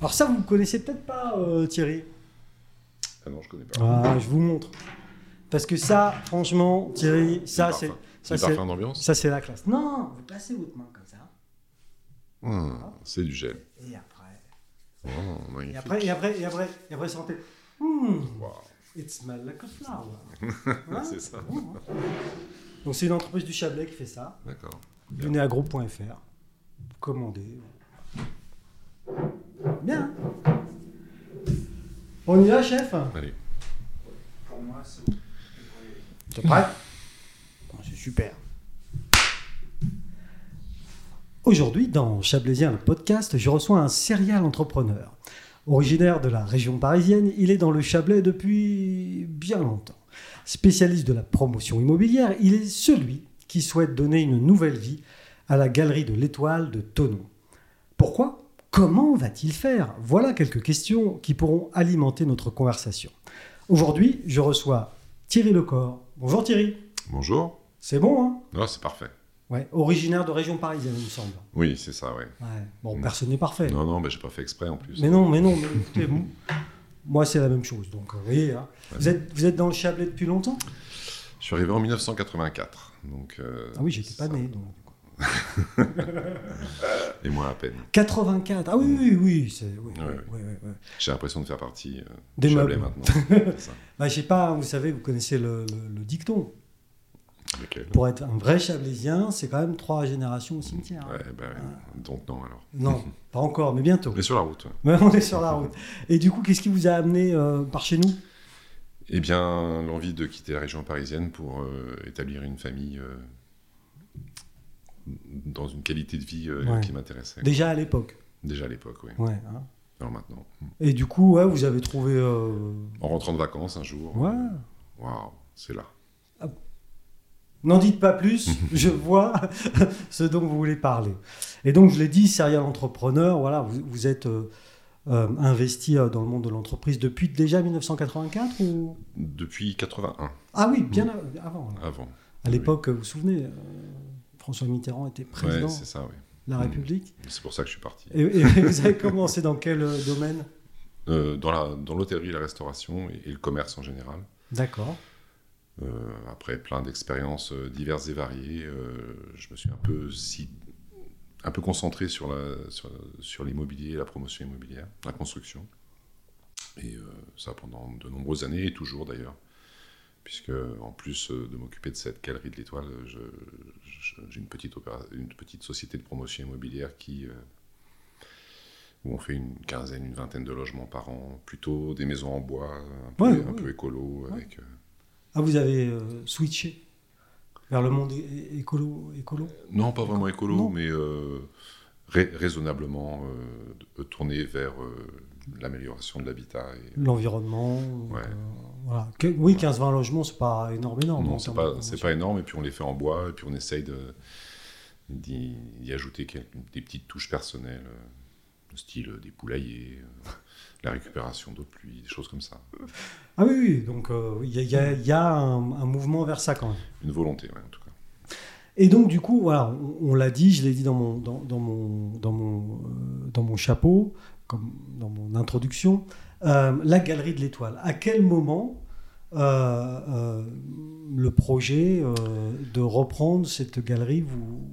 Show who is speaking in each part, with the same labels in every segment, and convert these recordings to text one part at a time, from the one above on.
Speaker 1: Alors ça, vous ne connaissez peut-être pas, euh, Thierry.
Speaker 2: Ah non, je connais pas.
Speaker 1: Ah, je vous montre. Parce que ça, franchement, Thierry, ça
Speaker 2: Le
Speaker 1: c'est
Speaker 2: parfum.
Speaker 1: ça
Speaker 2: Le
Speaker 1: c'est
Speaker 2: parfum d'ambiance
Speaker 1: ça c'est la classe. Non, vous passez votre main comme ça
Speaker 2: Hum, C'est du gel.
Speaker 1: et après
Speaker 2: Oh, magnifique.
Speaker 1: et après et après et après et après sentez. Hmm,
Speaker 2: Wow.
Speaker 1: it smells like a flower. Hein
Speaker 2: C'est ça.
Speaker 1: Mmh. Donc c'est une entreprise du Chablais qui fait ça.
Speaker 2: D'accord. Bien.
Speaker 1: Venez à groupe.fr, commandez. Bien. On y va, chef
Speaker 2: Allez.
Speaker 3: Pour moi, c'est
Speaker 1: T'es prêt Bon, C'est super. Aujourd'hui, dans Chablaisien, le podcast, je reçois un serial entrepreneur. Originaire de la région parisienne, il est dans le Chablais depuis bien longtemps. Spécialiste de la promotion immobilière, il est celui qui souhaite donner une nouvelle vie à la galerie de l'Étoile de Tonon. Pourquoi Comment va-t-il faire Voilà quelques questions qui pourront alimenter notre conversation. Aujourd'hui, je reçois Thierry Lecor. Bonjour Thierry.
Speaker 2: Bonjour.
Speaker 1: C'est bon, hein
Speaker 2: Non, c'est parfait.
Speaker 1: Ouais, originaire de région parisienne, il me semble.
Speaker 2: Oui, c'est ça, ouais.
Speaker 1: Ouais. Bon,
Speaker 2: Mm.
Speaker 1: personne n'est parfait.
Speaker 2: Non, non, mais j'ai pas fait exprès en plus.
Speaker 1: Mais non, mais non, mais écoutez, m- moi c'est la même chose. Donc, euh, vous voyez, hein. vous, êtes, vous êtes dans le Chablais depuis longtemps
Speaker 2: Je suis arrivé en 1984. Donc, euh,
Speaker 1: Ah oui, j'étais pas
Speaker 2: ça-
Speaker 1: né. donc.
Speaker 2: Et moi à peine.
Speaker 1: 84, ah oui, oui, oui, c'est. Oui,
Speaker 2: Ouais,
Speaker 1: oui,
Speaker 2: ouais.
Speaker 1: oui, oui, oui.
Speaker 2: J'ai l'impression de faire partie euh,
Speaker 1: Des
Speaker 2: du Chablais
Speaker 1: meubles.
Speaker 2: maintenant. C'est ça.
Speaker 1: Bah, je sais pas, vous savez, vous connaissez le, le- le dicton.
Speaker 2: Lequel
Speaker 1: Pour être un vrai Chablaisien, c'est quand même trois générations au cimetière. hein.
Speaker 2: Ouais, bah, ouais. donc non alors.
Speaker 1: Non, pas encore, mais bientôt.
Speaker 2: Mais sur la route. ouais.
Speaker 1: Mais on est sur la route. Et du coup, qu'est-ce qui vous a amené euh, par chez nous
Speaker 2: Eh bien, l'envie de quitter la région parisienne pour euh, établir une famille euh, dans une qualité de vie euh,
Speaker 1: Ouais.
Speaker 2: qui m'intéressait.
Speaker 1: Déjà à l'époque.
Speaker 2: Déjà à l'époque, oui.
Speaker 1: Ouais, hein.
Speaker 2: Alors maintenant.
Speaker 1: Et du coup, ouais, vous avez trouvé. euh,
Speaker 2: En rentrant de vacances un jour.
Speaker 1: Ouais.
Speaker 2: euh, Waouh, c'est là.
Speaker 1: N'en dites pas plus, je vois ce dont vous voulez parler. Et donc, je l'ai dit, serial entrepreneur, voilà, vous, vous êtes euh, euh, investi euh, dans le monde de l'entreprise depuis déjà 1984 ou...
Speaker 2: Depuis 81,
Speaker 1: Ah oui,
Speaker 2: Mm.
Speaker 1: bien av- avant.
Speaker 2: avant.
Speaker 1: À l'époque, vous vous souvenez, euh, François Mitterrand était
Speaker 2: Ouais,
Speaker 1: président
Speaker 2: c'est ça, Mm. oui.
Speaker 1: de la République.
Speaker 2: C'est pour ça que je suis parti.
Speaker 1: Et, et vous avez commencé dans quel euh, domaine
Speaker 2: Euh, dans la- dans l'hôtellerie, la restauration et, et le commerce en général.
Speaker 1: D'accord.
Speaker 2: Euh, après plein d'expériences euh, diverses et variées, euh, je me suis un peu, si- un peu concentré sur, la, sur, sur l'immobilier, la promotion immobilière, la construction. Et euh, ça pendant de nombreuses années, et toujours d'ailleurs. Puisque, en plus euh, de m'occuper de cette galerie de l'étoile, je- je- j'ai une petite, opéra- une petite société de promotion immobilière qui, euh, où on fait une quinzaine, une vingtaine de logements par an, plutôt des maisons en bois, un peu,
Speaker 1: Ouais,
Speaker 2: un
Speaker 1: ouais.
Speaker 2: peu écolo, avec. euh,
Speaker 1: Ah, vous avez euh, switché vers le monde é- é- écolo, écolo
Speaker 2: Non, pas vraiment écolo,
Speaker 1: Non.
Speaker 2: mais euh, rai- raisonnablement euh, de- tourné vers euh, l'amélioration de l'habitat. et-
Speaker 1: l'environnement. donc,
Speaker 2: Ouais.
Speaker 1: euh, voilà. Que- oui, 15-20 logements, c'est pas énorme, énorme. en
Speaker 2: non, c'est
Speaker 1: termes de
Speaker 2: pas, c'est
Speaker 1: convention.
Speaker 2: pas énorme, et puis on les fait en bois, et puis on essaye de- d'y d'y ajouter quelques- des petites touches personnelles, euh, de style euh, des poulaillers, euh, la récupération d'eau de pluie, des choses comme ça.
Speaker 1: Ah oui, oui, donc euh, il y a, il y a- il y a un, un mouvement vers ça quand même.
Speaker 2: Une volonté, ouais, en tout cas.
Speaker 1: Et donc, du coup, voilà, on, on l'a dit, je l'ai dit dans mon, dans, dans mon, dans mon, euh, dans mon chapeau, comme dans mon introduction, euh, la galerie de l'étoile. À quel moment euh, euh, le projet euh, de reprendre cette galerie vous.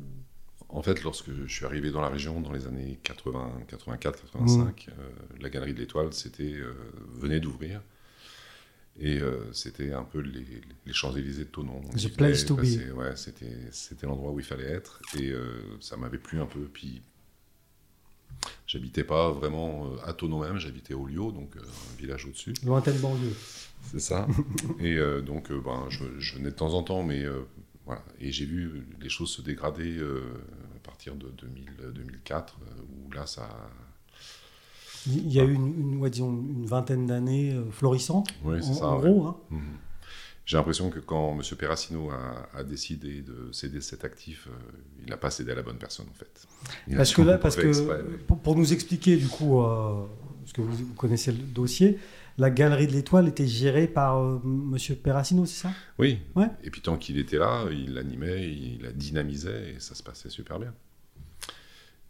Speaker 2: En fait, lorsque je suis arrivé dans la région dans les années 80, 84,
Speaker 1: Mmh.
Speaker 2: 85, euh, la galerie de l'Étoile c'était euh, venait d'ouvrir. Et euh, c'était un peu les, les Champs-Élysées de Tonon.
Speaker 1: The
Speaker 2: Il
Speaker 1: place
Speaker 2: fallait
Speaker 1: to be.
Speaker 2: passer- ouais, c'était, c'était l'endroit où il fallait être. Et euh, ça m'avait plu un peu. Puis j'habitais pas vraiment euh, à Tonon même, j'habitais au Lio, donc euh, un village au-dessus.
Speaker 1: Lointaine banlieue.
Speaker 2: C'est ça. et euh, donc, euh, ben, je, je venais de temps en temps, mais euh, voilà. Et j'ai vu les choses se dégrader euh, à partir de 2000, 2004, euh, où là, ça.
Speaker 1: Il
Speaker 2: Ah.
Speaker 1: y a eu une, une, ouais, disons, une vingtaine d'années euh, florissantes.
Speaker 2: Oui,
Speaker 1: en,
Speaker 2: c'est ça.
Speaker 1: en
Speaker 2: ouais.
Speaker 1: gros, hein.
Speaker 2: Mhm. J'ai l'impression que quand M. Perracino a, a décidé de céder cet actif, euh, il n'a pas cédé à la bonne personne, en fait. Il a
Speaker 1: parce que là,
Speaker 2: sûrement
Speaker 1: parce
Speaker 2: fait
Speaker 1: que
Speaker 2: exprès, mais-
Speaker 1: pour, pour nous expliquer du coup, euh, parce que vous, vous connaissez le dossier, la galerie de l'Étoile était gérée par euh, Monsieur Perracino, c'est ça
Speaker 2: Oui.
Speaker 1: Ouais.
Speaker 2: Et puis tant qu'il était là, il l'animait, il la dynamisait et ça se passait super bien.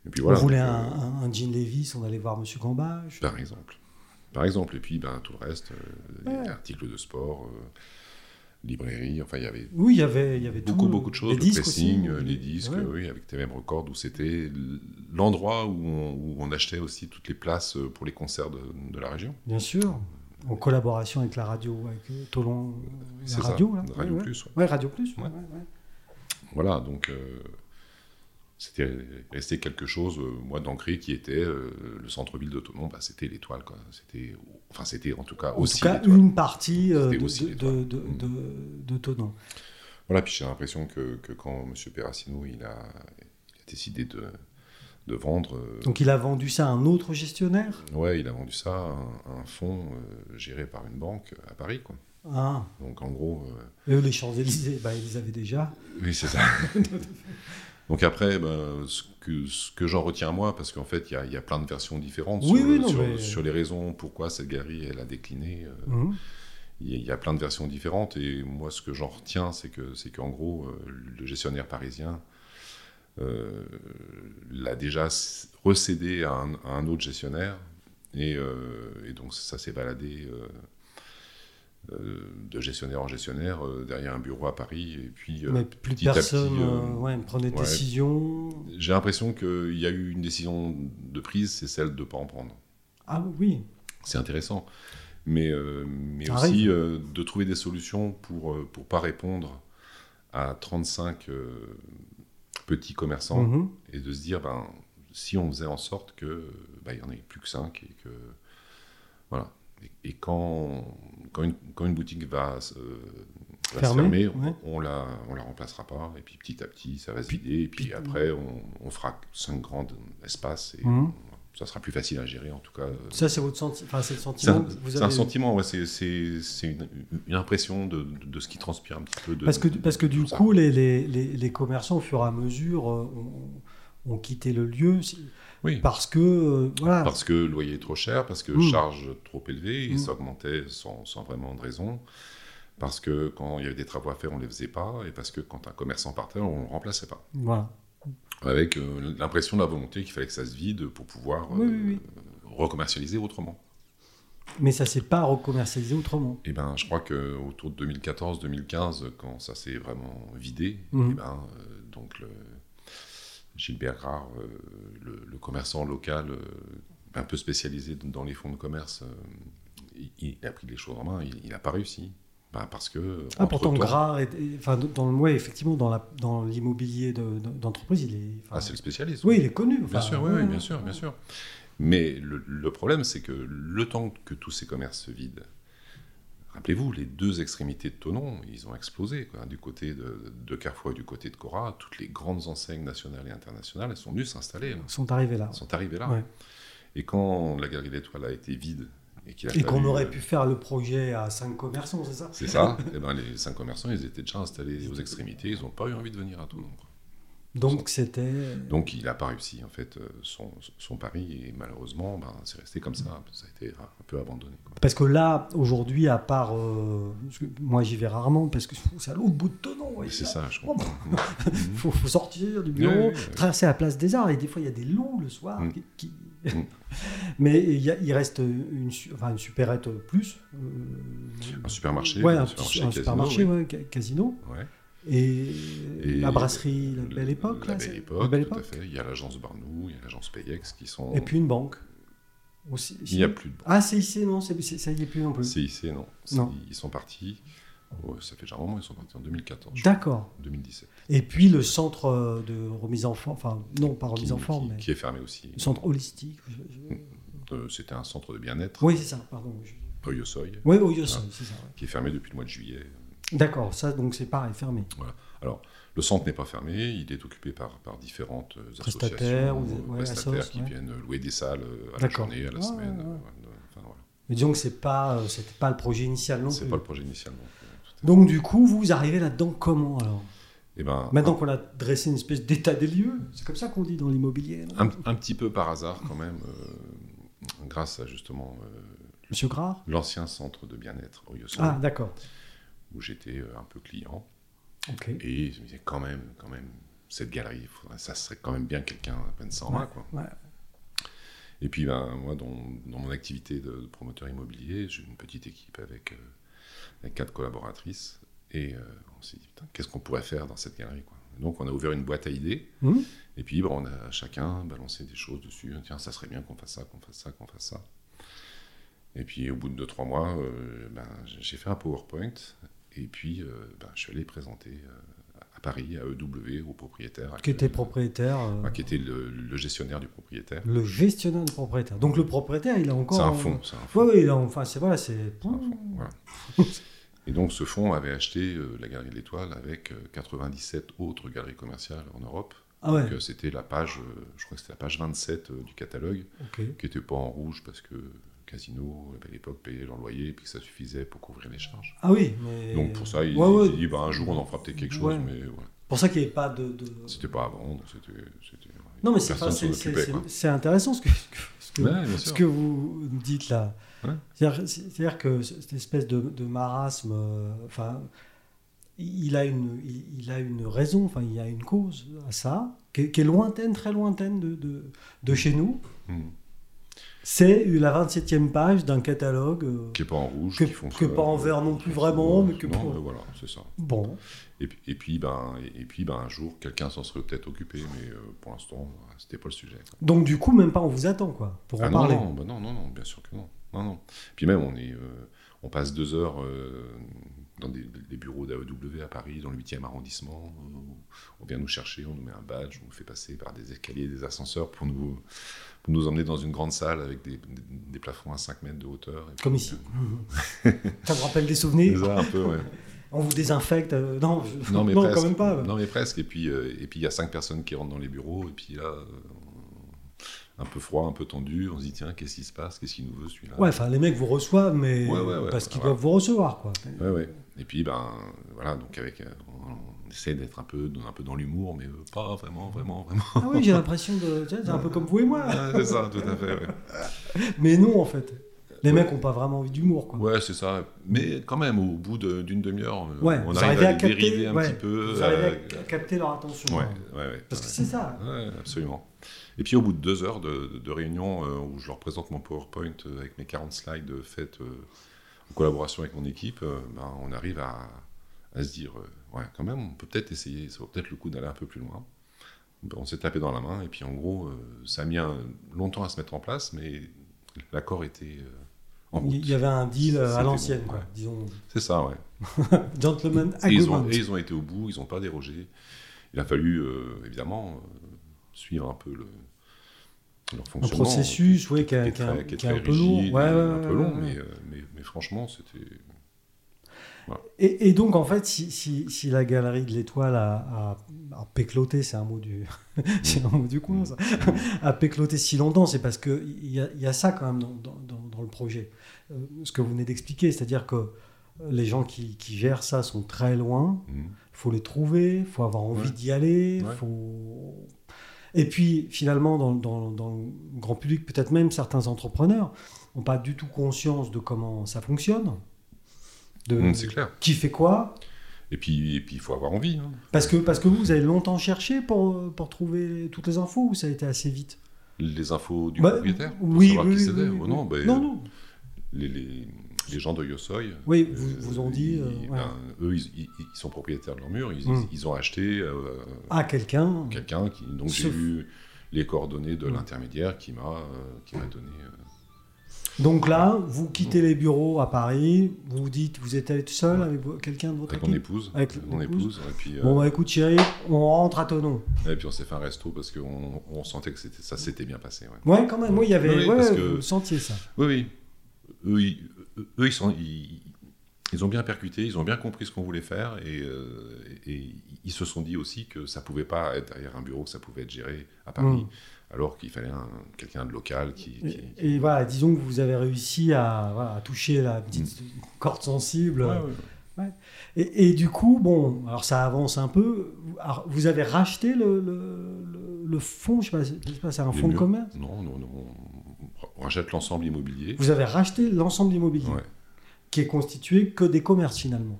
Speaker 2: Et puis voilà,
Speaker 1: on voulait
Speaker 2: donc, euh,
Speaker 1: un, un, un Jean Levis, on allait voir Monsieur Gambage.
Speaker 2: Par exemple. Par exemple, et puis ben, tout le reste, euh,
Speaker 1: Ouais.
Speaker 2: les articles de sport, euh, librairie, enfin il y avait
Speaker 1: Oui, il y avait, il y avait
Speaker 2: beaucoup
Speaker 1: tout,
Speaker 2: beaucoup de choses,
Speaker 1: les
Speaker 2: le
Speaker 1: disques
Speaker 2: pressing,
Speaker 1: aussi.
Speaker 2: euh, les disques,
Speaker 1: Ouais.
Speaker 2: euh, oui, avec TVM Records, où c'était l'endroit où on, où on achetait aussi toutes les places euh, pour les concerts de, de la région.
Speaker 1: Bien sûr, en collaboration avec la radio, avec euh, Toulon, euh,
Speaker 2: C'est
Speaker 1: la
Speaker 2: ça,
Speaker 1: radio, là.
Speaker 2: Radio
Speaker 1: ouais,
Speaker 2: Plus. ouais.
Speaker 1: Ouais. Ouais, Radio Plus. ouais,
Speaker 2: Ouais.
Speaker 1: ouais, ouais.
Speaker 2: Voilà, donc euh, c'était resté quelque chose, euh, moi, d'ancré qui était euh, le centre-ville de Toulon, bah, c'était l'étoile, quoi. C'était, enfin, c'était en tout cas
Speaker 1: En
Speaker 2: Ah, aussi
Speaker 1: tout cas,
Speaker 2: l'étoile.
Speaker 1: une partie euh,
Speaker 2: C'était
Speaker 1: de,
Speaker 2: aussi
Speaker 1: de, de,
Speaker 2: l'étoile.
Speaker 1: de,
Speaker 2: Mm.
Speaker 1: de- de Thonon.
Speaker 2: Voilà, puis j'ai l'impression que, que quand M. Perracino, il a, il a décidé de, de vendre, euh,
Speaker 1: Donc il a vendu ça à un autre gestionnaire.
Speaker 2: ouais, il a vendu ça à un, à un fonds euh, géré par une banque à Paris, quoi.
Speaker 1: Ah,
Speaker 2: Donc, en gros... euh,
Speaker 1: eux, les Champs-Élysées, bah, ils les avaient déjà.
Speaker 2: Oui, c'est ça. Donc après, ben, ce que, ce que j'en retiens moi, parce qu'en fait, il y a, il y a plein de versions différentes
Speaker 1: Oui,
Speaker 2: sur,
Speaker 1: oui, non,
Speaker 2: sur-
Speaker 1: mais-
Speaker 2: sur les raisons pourquoi cette galerie, elle a décliné. euh,
Speaker 1: Mhm.
Speaker 2: Il y, a- il y a plein de versions différentes. Et moi, ce que j'en retiens, c'est que c'est qu'en gros, euh, le gestionnaire parisien euh, l'a déjà s- recédé à un, à un autre gestionnaire. Et, euh, et donc, ça s'est baladé euh, euh, de gestionnaire en gestionnaire euh, derrière un bureau à Paris. Et puis, euh,
Speaker 1: Mais plus
Speaker 2: petit à petit,
Speaker 1: personne
Speaker 2: euh,
Speaker 1: euh, ouais, ne prenait de
Speaker 2: ouais.
Speaker 1: décision.
Speaker 2: j'ai l'impression qu'il y a eu une décision de prise, c'est celle de ne pas en prendre.
Speaker 1: Ah oui,
Speaker 2: C'est intéressant. Mais, euh, mais
Speaker 1: Ah,
Speaker 2: aussi euh, de trouver des solutions pour ne pas répondre à 35 euh, petits commerçants
Speaker 1: Mhm.
Speaker 2: et de se dire ben, si on faisait en sorte que ben, il y en ait plus que 5 et que voilà et, et quand quand une, quand une boutique va, se- euh, va se
Speaker 1: Fermer,
Speaker 2: fermer
Speaker 1: ouais.
Speaker 2: on, on la on la remplacera pas et puis petit à petit ça va se vider et puis,
Speaker 1: puis-
Speaker 2: après on, on fera cinq grands espaces et
Speaker 1: Mhm.
Speaker 2: on- ça sera plus facile à gérer en tout cas euh,
Speaker 1: ça c'est votre senti- enfin, c'est le
Speaker 2: c'est
Speaker 1: sentiment
Speaker 2: un,
Speaker 1: que vous
Speaker 2: c'est
Speaker 1: avez.
Speaker 2: un sentiment, ouais, c'est c'est- c'est une, une impression de, de- de ce qui transpire un petit peu. De,
Speaker 1: Parce que, parce que du
Speaker 2: de ça.
Speaker 1: coup, les, les, les, les commerçants, au fur et à mesure, euh, ont, ont quitté le lieu c'est-
Speaker 2: Oui.
Speaker 1: parce que, euh, voilà,
Speaker 2: Parce que le loyer est trop cher, parce que
Speaker 1: Mm.
Speaker 2: charges trop élevées,
Speaker 1: Mm.
Speaker 2: ils s'augmentaient sans, sans vraiment de raison. Parce que quand il y avait des travaux à faire, on ne les faisait pas. Et parce que quand un commerçant partait, on ne le remplaçait pas.
Speaker 1: voilà.
Speaker 2: Avec euh, l'impression, la volonté qu'il fallait que ça se vide pour pouvoir euh,
Speaker 1: Oui, oui,
Speaker 2: recommercialiser autrement.
Speaker 1: Mais ça s'est pas recommercialisé autrement.
Speaker 2: Et ben, je crois que autour de 2014-2015, quand ça s'est vraiment vidé,
Speaker 1: Mhm.
Speaker 2: eh ben, euh, donc le- Gilbert Grard, euh, le, le commerçant local, euh, un peu spécialisé d- dans les fonds de commerce, euh, il, il a pris les choses en main. Il n'a pas réussi, Ben, parce que
Speaker 1: Ah, pourtant,
Speaker 2: entre-temps-
Speaker 1: Gras, est- est- enfin, dans le ouais, effectivement, dans la- dans l'immobilier de- de- d'entreprise, il est. enfin,
Speaker 2: Ah, c'est le spécialiste.
Speaker 1: oui, il est connu.
Speaker 2: Bien
Speaker 1: enfin,
Speaker 2: sûr, oui,
Speaker 1: ouais,
Speaker 2: oui, bien sûr, bien sûr. Mais le, le problème, c'est que le temps que tous ces commerces se vident, rappelez-vous, les deux extrémités de Tonon, ils ont explosé. quoi. Du côté de, de Carrefour et du côté de Cora, toutes les grandes enseignes nationales et internationales, elles sont venues s'installer. là.
Speaker 1: Ils sont arrivés là.
Speaker 2: Elles sont arrivées là.
Speaker 1: Ouais.
Speaker 2: Et quand la Galerie d'Étoile a été vide et qu'il a
Speaker 1: Et qu'on
Speaker 2: fallu- euh,
Speaker 1: aurait pu faire le projet à cinq commerçants, c'est ça
Speaker 2: C'est ça. et ben, les cinq commerçants, ils étaient déjà installés aux extrémités. Ils n'ont pas eu envie de venir à Tonon. quoi.
Speaker 1: Donc c'était.
Speaker 2: Donc il n'a pas réussi en fait euh, son, son pari et malheureusement ben, c'est resté comme ça, ça a été un peu abandonné. quoi.
Speaker 1: Parce que là, aujourd'hui, à part. euh, parce que moi, j'y vais rarement parce que c'est à l'autre bout de Tonon. ouais,
Speaker 2: Oui, c'est
Speaker 1: là.
Speaker 2: ça, je
Speaker 1: Oh,
Speaker 2: comprends.
Speaker 1: Il faut, faut sortir du bureau,
Speaker 2: Ouais, ouais, ouais.
Speaker 1: traverser la place des arts. Et des fois, il y a des loups le soir.
Speaker 2: Mm.
Speaker 1: qui- qui-
Speaker 2: Mm.
Speaker 1: Mais il, y a- il reste une, su- enfin, une supérette plus. euh,
Speaker 2: un supermarché,
Speaker 1: ouais,
Speaker 2: un
Speaker 1: un, petit-
Speaker 2: supermarché,
Speaker 1: un
Speaker 2: casino,
Speaker 1: supermarché,
Speaker 2: oui.
Speaker 1: ouais, ca- casino.
Speaker 2: Ouais.
Speaker 1: Et,
Speaker 2: Et
Speaker 1: la brasserie, la belle époque.
Speaker 2: La
Speaker 1: là,
Speaker 2: belle
Speaker 1: c'est-
Speaker 2: époque,
Speaker 1: La Belle
Speaker 2: tout à
Speaker 1: Époque.
Speaker 2: fait. Il y a l'agence Barnou, il y a l'agence Payex qui sont.
Speaker 1: Et puis une banque. Aussi,
Speaker 2: il n'y a plus de banque.
Speaker 1: Ah, CIC, non, c'est- c'est- ça y est plus non plus.
Speaker 2: CIC, non.
Speaker 1: Non.
Speaker 2: Ils sont partis. oh, ça fait déjà un moment, ils sont partis en 2014, je crois,
Speaker 1: D'accord.
Speaker 2: 2017.
Speaker 1: Et puis le centre euh, de remise en forme, enfin non pas remise
Speaker 2: qui,
Speaker 1: en forme,
Speaker 2: qui-
Speaker 1: mais
Speaker 2: qui est fermé aussi.
Speaker 1: le centre holistique. je- je-
Speaker 2: Euh, C'était un centre de bien-être,
Speaker 1: Oui, c'est ça, pardon. je-
Speaker 2: Oyosoy,
Speaker 1: Oui, au Yossol,
Speaker 2: Ah.
Speaker 1: c'est ça. ouais.
Speaker 2: qui est fermé depuis le mois de juillet.
Speaker 1: D'accord, ça donc c'est pareil, fermé.
Speaker 2: Le centre n'est pas fermé, il est occupé par, par différentes euh,
Speaker 1: Prestataires
Speaker 2: associations,
Speaker 1: ou des-
Speaker 2: euh,
Speaker 1: ouais,
Speaker 2: prestataires
Speaker 1: assos,
Speaker 2: qui
Speaker 1: ouais.
Speaker 2: viennent louer des salles euh, à la
Speaker 1: D'accord.
Speaker 2: journée, à la
Speaker 1: Ah,
Speaker 2: semaine.
Speaker 1: ouais, ouais.
Speaker 2: euh, ouais, enfin, voilà.
Speaker 1: Mais disons que c'est pas, euh, c'était pas le projet initial non
Speaker 2: C'est
Speaker 1: plus.
Speaker 2: pas le projet initial. non plus, tout à fait.
Speaker 1: euh, Donc du coup, vous arrivez là-dedans comment alors
Speaker 2: Eh ben,
Speaker 1: Maintenant qu'on a dressé une espèce d'état des lieux, c'est comme ça qu'on dit dans l'immobilier. non
Speaker 2: un, un petit peu par hasard quand même, euh, grâce à justement euh,
Speaker 1: Monsieur Grard
Speaker 2: l'ancien centre de bien-être au Yosemite,
Speaker 1: Ah d'accord.
Speaker 2: où j'étais euh, un peu client,
Speaker 1: Ok.
Speaker 2: et je me disais quand même, quand même, cette galerie, faudrait- ça serait quand même bien quelqu'un à peine 100
Speaker 1: Ouais,
Speaker 2: mains, quoi.
Speaker 1: ouais.
Speaker 2: Et puis, ben, moi, dans, dans mon activité de, de promoteur immobilier, j'ai une petite équipe avec, euh, avec quatre collaboratrices. Et euh, on s'est dit, putain, qu'est-ce qu'on pourrait faire dans cette galerie quoi Donc, on a ouvert une boîte à idées.
Speaker 1: Mhm.
Speaker 2: Et puis, ben, on a chacun balancé des choses dessus. Tiens, ça serait bien qu'on fasse ça, qu'on fasse ça, qu'on fasse ça. Et puis, au bout de deux, trois mois, euh, ben, j'ai fait un PowerPoint. Et puis, euh, ben, je suis allé présenter euh, à Paris, à EW, au propriétaire.
Speaker 1: Qui était
Speaker 2: actuel.
Speaker 1: propriétaire, euh,
Speaker 2: Enfin, qui était le- le gestionnaire du propriétaire.
Speaker 1: le gestionnaire du propriétaire. Donc le propriétaire, il a encore.
Speaker 2: C'est un fonds, c'est un fonds.
Speaker 1: Oui, oui, il a- enfin, c'est voilà, c'est.
Speaker 2: c'est un fonds, voilà. Et donc ce fonds avait acheté euh, la Galerie de l'Étoile avec euh, 97 autres galeries commerciales en Europe.
Speaker 1: Ah ouais,
Speaker 2: Donc, euh, c'était la page, euh, je crois que c'était la page 27 euh, du catalogue,
Speaker 1: ok.
Speaker 2: qui n'était pas en rouge parce que Casino, à l'époque, payait leur loyer et puis que ça suffisait pour couvrir les charges.
Speaker 1: Ah oui, mais.
Speaker 2: Donc pour ça, il,
Speaker 1: Ouais, ouais.
Speaker 2: il dit, bah, un jour on en fera peut-être quelque chose,
Speaker 1: Ouais.
Speaker 2: mais voilà.
Speaker 1: Pour ça qu'il n'y ait pas de. de-
Speaker 2: C'était pas avant, donc c'était... c'était-
Speaker 1: Non, mais c'est
Speaker 2: personne
Speaker 1: pas-
Speaker 2: s'en
Speaker 1: c'est- c'est-
Speaker 2: occupait,
Speaker 1: c'est-
Speaker 2: quoi.
Speaker 1: c'est intéressant ce que, ce que- ce que-
Speaker 2: Ouais, bien
Speaker 1: ce
Speaker 2: sûr.
Speaker 1: que vous me dites là.
Speaker 2: Ouais.
Speaker 1: C'est-à-dire- C'est-à-dire que c- cette espèce de, de marasme, euh, enfin, il a une, il, il a une raison, enfin, il y a une cause à ça, qui est, qui est lointaine, très lointaine de, de, de chez nous.
Speaker 2: Mhm.
Speaker 1: C'est la 27e page d'un catalogue. euh,
Speaker 2: Qui n'est pas en rouge,
Speaker 1: Que-
Speaker 2: qui font
Speaker 1: que
Speaker 2: ça,
Speaker 1: pas en
Speaker 2: euh,
Speaker 1: vert non
Speaker 2: qui
Speaker 1: plus
Speaker 2: font
Speaker 1: vraiment,
Speaker 2: ça,
Speaker 1: mais que
Speaker 2: non,
Speaker 1: pour-
Speaker 2: mais voilà, c'est ça.
Speaker 1: Bon,
Speaker 2: Et, puis- et puis, ben, et, et puis ben, un jour, quelqu'un s'en serait peut-être occupé, mais euh, pour l'instant, euh, c'était pas le sujet. quoi.
Speaker 1: donc du coup, même pas on vous attend, quoi, pour en
Speaker 2: Ah non,
Speaker 1: parler.
Speaker 2: non, bah non, non, non, bien sûr que non. non, non. Puis même, on, est, euh, on passe deux heures euh, dans des, des bureaux d'AEW à Paris, dans le 8e arrondissement. euh, on vient nous chercher, on nous met un badge, on nous fait passer par des escaliers, des ascenseurs pour nous, pour nous emmener dans une grande salle avec des, des- des plafonds à 5 mètres de hauteur. Et puis,
Speaker 1: Comme ici. ça vous rappelle des souvenirs
Speaker 2: C'est ça, un peu, ouais.
Speaker 1: On vous désinfecte euh, Non, je-
Speaker 2: Non, mais
Speaker 1: non
Speaker 2: presque.
Speaker 1: quand même pas.
Speaker 2: Non, mais presque. Et puis, euh, et puis il y a cinq personnes qui rentrent dans les bureaux. Et puis là, euh, un peu froid, un peu tendu, on se dit tiens, qu'est-ce qui se passe Qu'est-ce qu'il nous veut celui-là
Speaker 1: Ouais, enfin, les mecs vous reçoivent, mais
Speaker 2: Ouais, ouais, ouais,
Speaker 1: parce qu'ils
Speaker 2: voilà.
Speaker 1: doivent vous recevoir, quoi.
Speaker 2: Ouais, ouais. Et puis, ben, voilà, donc avec, euh, on, on essaie d'être un peu, un peu dans l'humour, mais euh, pas vraiment, vraiment, vraiment.
Speaker 1: Ah oui, j'ai l'impression de. tiens, C'est un peu comme vous et moi.
Speaker 2: Ah, c'est ça, tout à fait. Ouais,
Speaker 1: Mais non, en fait. Les
Speaker 2: Ouais.
Speaker 1: mecs n'ont pas vraiment envie d'humour, quoi.
Speaker 2: Ouais, c'est ça. Mais quand même, au bout de- d'une demi-heure, on-
Speaker 1: Ouais,
Speaker 2: on
Speaker 1: vous
Speaker 2: arrive
Speaker 1: arrivez
Speaker 2: à,
Speaker 1: à
Speaker 2: les
Speaker 1: capter,
Speaker 2: dériver un
Speaker 1: ouais,
Speaker 2: petit peu.
Speaker 1: Vous arrivez à
Speaker 2: euh,
Speaker 1: ca- capter leur attention.
Speaker 2: ouais,
Speaker 1: hein.
Speaker 2: ouais, ouais.
Speaker 1: Parce que
Speaker 2: Ouais.
Speaker 1: c'est ça.
Speaker 2: Ouais, absolument. Et puis au bout de deux heures de, de- de réunion euh, où je leur présente mon PowerPoint euh, avec mes 40 slides euh, faites euh, en collaboration avec mon équipe, euh, ben, on arrive à, à se dire, euh, ouais, quand même, on peut peut-être essayer, ça vaut peut-être le coup d'aller un peu plus loin. Ben, On s'est tapé dans la main et puis en gros, euh, ça a mis un- longtemps à se mettre en place, mais l'accord était euh, en route.
Speaker 1: Il y avait un deal euh,
Speaker 2: C'était
Speaker 1: à
Speaker 2: bon,
Speaker 1: l'ancienne, quoi.
Speaker 2: ouais.
Speaker 1: Disons,
Speaker 2: C'est ça, ouais.
Speaker 1: gentleman
Speaker 2: Et ils, ont,
Speaker 1: agreement.
Speaker 2: et ils ont été au bout, ils n'ont pas dérogé. Il a fallu, euh, évidemment, euh, suivre un peu le, leur
Speaker 1: Un
Speaker 2: fonctionnement.
Speaker 1: processus, ouais, qui
Speaker 2: qui
Speaker 1: est
Speaker 2: est
Speaker 1: qui est un
Speaker 2: très- qui est
Speaker 1: qui est un
Speaker 2: très
Speaker 1: peu long.
Speaker 2: rigide,
Speaker 1: Ouais, ouais,
Speaker 2: un
Speaker 1: ouais,
Speaker 2: peu long,
Speaker 1: ouais.
Speaker 2: mais, euh, mais, mais franchement, c'était.
Speaker 1: Et, et donc, en fait, si, si- si la galerie de l'étoile a, a- a pécloté, c'est un mot du, c'est un mot du coin, ça, a pécloté si longtemps, c'est parce qu'il y, a- il y a ça quand même dans, dans- dans- dans le projet. Euh, ce que vous venez d'expliquer, c'est-à-dire que les gens qui, qui gèrent ça sont très loin,
Speaker 2: Mhm.
Speaker 1: faut les trouver, faut avoir envie
Speaker 2: Ouais.
Speaker 1: d'y aller,
Speaker 2: Ouais.
Speaker 1: faut... Et puis, finalement, dans, dans- dans le grand public, peut-être même certains entrepreneurs n'ont pas du tout conscience de comment ça fonctionne. De,
Speaker 2: Mhm, C'est clair.
Speaker 1: qui fait quoi
Speaker 2: Et puis, et puis, il faut avoir envie. hein.
Speaker 1: parce que, parce que vous, vous avez longtemps cherché pour, pour trouver toutes les infos ou ça a été assez vite
Speaker 2: Les infos du
Speaker 1: Bah,
Speaker 2: propriétaire. pour
Speaker 1: oui,
Speaker 2: savoir
Speaker 1: oui,
Speaker 2: qui
Speaker 1: oui,
Speaker 2: c'était.
Speaker 1: oui, oui.
Speaker 2: Oh non, ben,
Speaker 1: Non, non.
Speaker 2: Les, les- les gens de Yosoy.
Speaker 1: Oui,
Speaker 2: euh,
Speaker 1: vous- vous ont dit,
Speaker 2: ils-
Speaker 1: euh, ouais.
Speaker 2: ben, eux, ils, ils- ils sont propriétaires de leur mur. Ils,
Speaker 1: Mhm.
Speaker 2: ils ont acheté euh,
Speaker 1: Ah, quelqu'un.
Speaker 2: quelqu'un qui donc
Speaker 1: Ce-
Speaker 2: j'ai eu les coordonnées de
Speaker 1: Mm.
Speaker 2: l'intermédiaire qui m'a euh, qui m'a donné euh,
Speaker 1: Donc là, vous quittez les bureaux à Paris, vous vous dites, vous êtes allé tout seul
Speaker 2: Ouais.
Speaker 1: avec vo- quelqu'un de votre
Speaker 2: avec
Speaker 1: équipe
Speaker 2: mon épouse
Speaker 1: Avec
Speaker 2: mon
Speaker 1: l'épouse.
Speaker 2: épouse et puis euh,
Speaker 1: Bon, bah écoute, chérie, on rentre à Tonon.
Speaker 2: et puis on s'est fait un resto parce qu'on on sentait que c'était ça s'était bien passé ouais.
Speaker 1: Ouais, quand même, moi, il y avait.
Speaker 2: Oui,
Speaker 1: ouais,
Speaker 2: parce
Speaker 1: ouais,
Speaker 2: que-
Speaker 1: vous le sentiez ça.
Speaker 2: oui oui eux ils, eux, ils sont ils, ils ont bien percuté ils ont bien compris ce qu'on voulait faire et, euh, et ils se sont dit aussi que ça pouvait pas être derrière un bureau que ça pouvait être géré à Paris
Speaker 1: Mm.
Speaker 2: alors qu'il fallait un- quelqu'un de local qui, qui- qui-
Speaker 1: Et, et voilà, disons que vous avez réussi à, voilà, à toucher la petite corde sensible.
Speaker 2: Mm. Ouais, ouais.
Speaker 1: Et, et du coup, bon, alors ça avance un peu. Alors, vous avez racheté le, le, le- le fonds, je sais pas, je sais pas c'est un
Speaker 2: Les
Speaker 1: fonds de
Speaker 2: murs.
Speaker 1: commerce
Speaker 2: non non non on rachète l'ensemble immobilier
Speaker 1: Vous avez racheté l'ensemble immobilier
Speaker 2: Ouais.
Speaker 1: qui est constitué que des commerces finalement.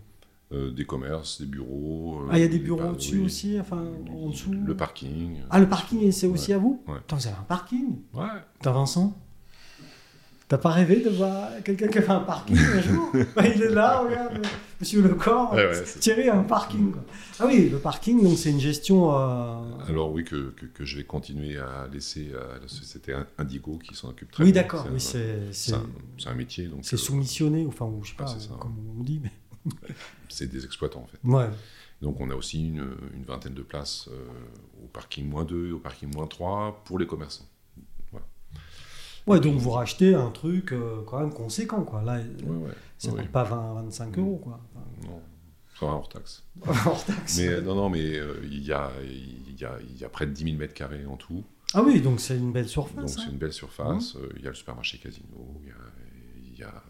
Speaker 2: euh, des commerces, des bureaux.
Speaker 1: Ah, il y a
Speaker 2: euh,
Speaker 1: des
Speaker 2: par-
Speaker 1: bureaux au-dessus
Speaker 2: oui.
Speaker 1: aussi, enfin en dessous.
Speaker 2: Le parking.
Speaker 1: Ah, le parking, c'est aussi à vous
Speaker 2: Ouais.
Speaker 1: Attends, vous avez un parking
Speaker 2: Ouais.
Speaker 1: T'as Vincent T'as pas rêvé de voir quelqu'un qui a fait un parking un jour Ouais, Il est là, regarde, monsieur le corps.
Speaker 2: Ouais, ouais, c'est-
Speaker 1: Thierry a un parking. quoi. Ah oui, le parking, donc c'est une gestion. euh,
Speaker 2: Alors oui, que, que, que je vais continuer à laisser à la société Indigo qui s'en occupe très
Speaker 1: Oui,
Speaker 2: bien.
Speaker 1: d'accord,
Speaker 2: C'est un-
Speaker 1: oui, c'est
Speaker 2: C'est
Speaker 1: c'est-
Speaker 2: un, c'est un métier, donc
Speaker 1: c'est
Speaker 2: euh,
Speaker 1: soumissionné, enfin, ou je sais
Speaker 2: Ah,
Speaker 1: pas,
Speaker 2: c'est ça,
Speaker 1: comme on dit, mais.
Speaker 2: c'est des exploitants en fait.
Speaker 1: Ouais.
Speaker 2: Donc on a aussi une, une vingtaine de places euh, au parking moins 2, au parking moins 3 pour les commerçants.
Speaker 1: ouais, donc vous rachetez un truc euh, quand même conséquent, quoi. Là,
Speaker 2: Ouais, ouais.
Speaker 1: ça ne
Speaker 2: ouais,
Speaker 1: coûte pas 20, 25
Speaker 2: Mm.
Speaker 1: euros, quoi.
Speaker 2: Non, ça va hors taxe.
Speaker 1: Enfin, hors taxe.
Speaker 2: Mais euh, non, non, mais euh, il y, a, il y, a, il y a près de 10 000 mètres carrés en tout.
Speaker 1: Ah oui, donc c'est une belle
Speaker 2: Donc
Speaker 1: surface.
Speaker 2: c'est
Speaker 1: hein.
Speaker 2: une belle surface. Euh, Il y a le supermarché Casino. Il y a, il y a-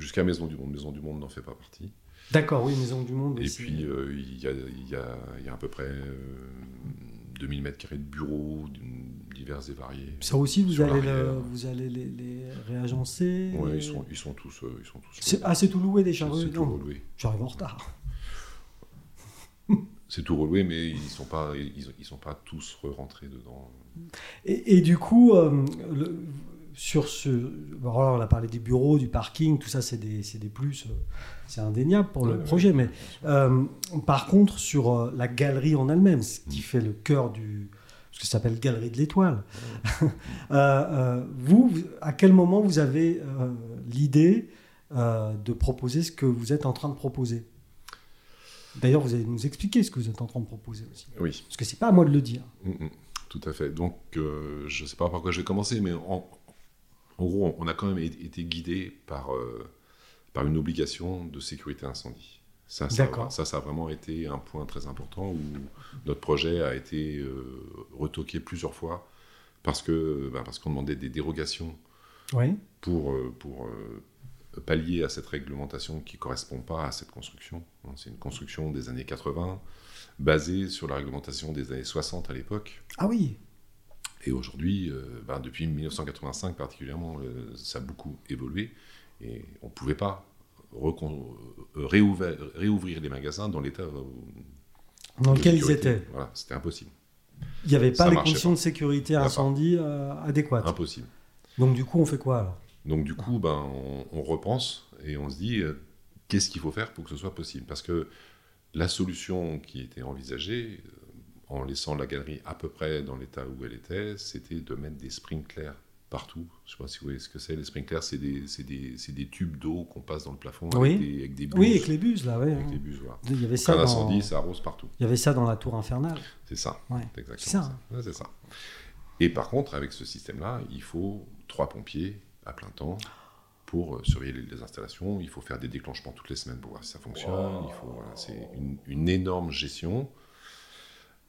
Speaker 2: jusqu'à Maison du Monde. Maison du Monde n'en fait pas partie.
Speaker 1: D'accord, oui, Maison du Monde.
Speaker 2: Et
Speaker 1: aussi.
Speaker 2: puis euh, il y, a, il y a- il y a à peu près euh, 2000 mètres carrés de bureaux divers et variés.
Speaker 1: Ça aussi, vous
Speaker 2: sur
Speaker 1: allez, le-
Speaker 2: l'arrière.
Speaker 1: vous allez les, les réagencer
Speaker 2: Ouais,
Speaker 1: les-
Speaker 2: ils sont, ils sont tous, euh, ils sont tous.
Speaker 1: C'est-
Speaker 2: loués.
Speaker 1: Ah, c'est tout loué déjà
Speaker 2: C'est-
Speaker 1: oui,
Speaker 2: c'est tout
Speaker 1: non,
Speaker 2: reloué.
Speaker 1: J'arrive en retard.
Speaker 2: C'est tout reloué, mais ils sont pas, ils, ils sont pas tous rentrés dedans.
Speaker 1: Et, et du coup, euh, le- sur ce. bon, alors, on a parlé des bureaux, du parking, tout ça, c'est des, c'est des plus. euh, C'est indéniable pour
Speaker 2: Ouais,
Speaker 1: le
Speaker 2: ouais.
Speaker 1: projet. Mais euh, par contre, sur euh, la galerie en elle-même, ce qui fait le cœur du. Ce que ça s'appelle Galerie de l'Étoile. Euh, euh, vous, vous- à quel moment vous avez euh, l'idée euh, de proposer ce que vous êtes en train de proposer D'ailleurs, vous allez nous expliquer ce que vous êtes en train de proposer aussi.
Speaker 2: Oui.
Speaker 1: Parce que c'est pas à moi de le dire.
Speaker 2: Mm, mm, Tout à fait. Donc, euh, je ne sais pas par quoi je vais commencer, mais en, en gros, on a quand même é- été guidé par, euh, par une obligation de sécurité incendie. Ça ça,
Speaker 1: D'accord.
Speaker 2: ça, ça a vraiment été un point très important où notre projet a été euh, retoqué plusieurs fois parce que bah, parce qu'on demandait des dérogations
Speaker 1: Oui.
Speaker 2: pour, euh, pour euh, pallier à cette réglementation qui ne correspond pas à cette construction. Hein, C'est une construction des années 80 basée sur la réglementation des années 60 à l'époque.
Speaker 1: Ah oui.
Speaker 2: Et aujourd'hui, euh, ben, depuis 1985 particulièrement, euh, ça a beaucoup évolué et on ne pouvait pas recon- euh, réouver- réouvrir les magasins dans l'état euh,
Speaker 1: Dans
Speaker 2: de
Speaker 1: lequel ils
Speaker 2: sécurité.
Speaker 1: étaient.
Speaker 2: Voilà, c'était impossible,
Speaker 1: Il n'y avait
Speaker 2: Ça
Speaker 1: pas les
Speaker 2: marchait
Speaker 1: conditions de sécurité
Speaker 2: pas.
Speaker 1: incendie euh, adéquates.
Speaker 2: impossible.
Speaker 1: Donc du coup, on fait quoi alors
Speaker 2: Donc du coup, ben, on, on repense et on se dit euh, qu'est-ce qu'il faut faire pour que ce soit possible Parce que la solution qui était envisagée, euh, en laissant la galerie à peu près dans l'état où elle était, c'était de mettre des sprinklers partout. Je ne sais pas si vous voyez ce que c'est. Les sprinklers, c'est des, c'est des- c'est des tubes d'eau qu'on passe dans le plafond
Speaker 1: Oui.
Speaker 2: avec, des, avec des buses.
Speaker 1: Oui, avec les bus là, oui.
Speaker 2: Avec des
Speaker 1: hein.
Speaker 2: buses, voilà.
Speaker 1: Il y avait ça
Speaker 2: Un
Speaker 1: dans.
Speaker 2: incendie, ça arrose partout.
Speaker 1: Il y avait ça dans la tour infernale.
Speaker 2: C'est ça.
Speaker 1: Ouais.
Speaker 2: C'est exactement
Speaker 1: C'est ça, hein.
Speaker 2: ça. Ouais, c'est ça. Et par contre, avec ce système-là, il faut trois pompiers à plein temps pour euh, surveiller les- les installations. Il faut faire des déclenchements toutes les semaines pour voir si ça fonctionne. Il faut, voilà, c'est une, une énorme gestion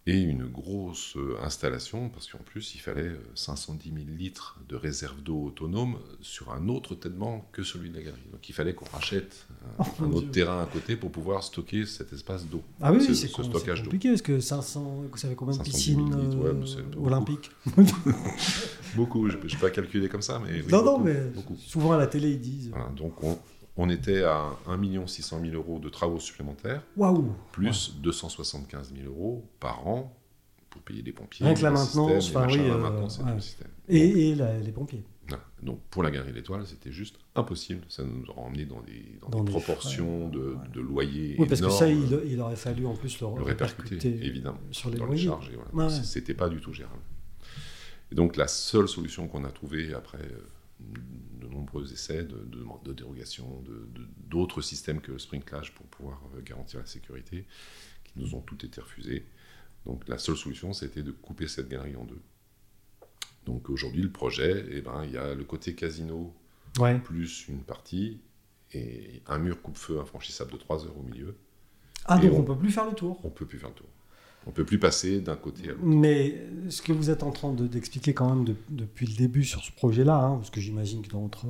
Speaker 2: et une grosse euh, installation parce qu'en plus, il fallait euh, 510 000 litres de réserve d'eau autonome sur un autre tellement que celui de la galerie. Donc, il fallait qu'on rachète un,
Speaker 1: Oh, mon
Speaker 2: un
Speaker 1: Dieu.
Speaker 2: autre terrain à côté pour pouvoir stocker cet espace d'eau.
Speaker 1: Ah oui,
Speaker 2: Ce-
Speaker 1: oui, c'est
Speaker 2: ce
Speaker 1: com- c'est
Speaker 2: stockage d'eau.
Speaker 1: compliqué parce que 500, vous savez combien de
Speaker 2: 510 000
Speaker 1: piscines
Speaker 2: litres, ouais,
Speaker 1: euh,
Speaker 2: mais c'est pas beaucoup.
Speaker 1: olympiques
Speaker 2: Beaucoup, je n'ai pas calculé comme ça, mais. Eh oui,
Speaker 1: Non, non,
Speaker 2: beaucoup,
Speaker 1: mais
Speaker 2: beaucoup.
Speaker 1: souvent à la télé ils disent
Speaker 2: Voilà, donc on, on était à 1 600 000 euros de travaux supplémentaires,
Speaker 1: waouh.
Speaker 2: plus 275 000 euros par an pour payer les pompiers.
Speaker 1: Rien que la
Speaker 2: le
Speaker 1: maintenance,
Speaker 2: système,
Speaker 1: enfin,
Speaker 2: les machins,
Speaker 1: oui,
Speaker 2: la
Speaker 1: euh,
Speaker 2: maintenance, c'est tout
Speaker 1: ouais.
Speaker 2: le système. Bon,
Speaker 1: Et, et la- les pompiers.
Speaker 2: voilà. Donc pour la galerie de l'Étoile, c'était juste impossible. Ça nous a emmené dans des, dans
Speaker 1: Dans
Speaker 2: des
Speaker 1: des
Speaker 2: proportions de,
Speaker 1: ouais.
Speaker 2: de loyers
Speaker 1: Oui, parce que
Speaker 2: énormes,
Speaker 1: ça, il, il aurait fallu en plus le,
Speaker 2: le répercuter, évidemment,
Speaker 1: sur les
Speaker 2: dans les
Speaker 1: loyers.
Speaker 2: charges. et voilà.
Speaker 1: Ouais, ouais.
Speaker 2: C- C'était pas du tout gérable. Et donc la seule solution qu'on a trouvée après euh, de nombreux essais de, de demandes de dérogation, de- de- d'autres systèmes que le sprinklage pour pouvoir euh, garantir la sécurité, qui nous ont toutes été refusés. Donc la seule solution, c'était de couper cette galerie en deux. Donc aujourd'hui, le projet, eh ben, il y a le côté casino
Speaker 1: Ouais.
Speaker 2: plus une partie et un mur coupe-feu infranchissable de 3 heures au milieu.
Speaker 1: Ah
Speaker 2: Et
Speaker 1: donc on
Speaker 2: on-
Speaker 1: peut plus faire le tour.
Speaker 2: On peut plus faire le tour. On peut plus passer d'un côté à l'autre.
Speaker 1: Mais ce que vous êtes en train de- d'expliquer quand même de- depuis le début sur ce projet-là, hein, parce que j'imagine que dans votre euh,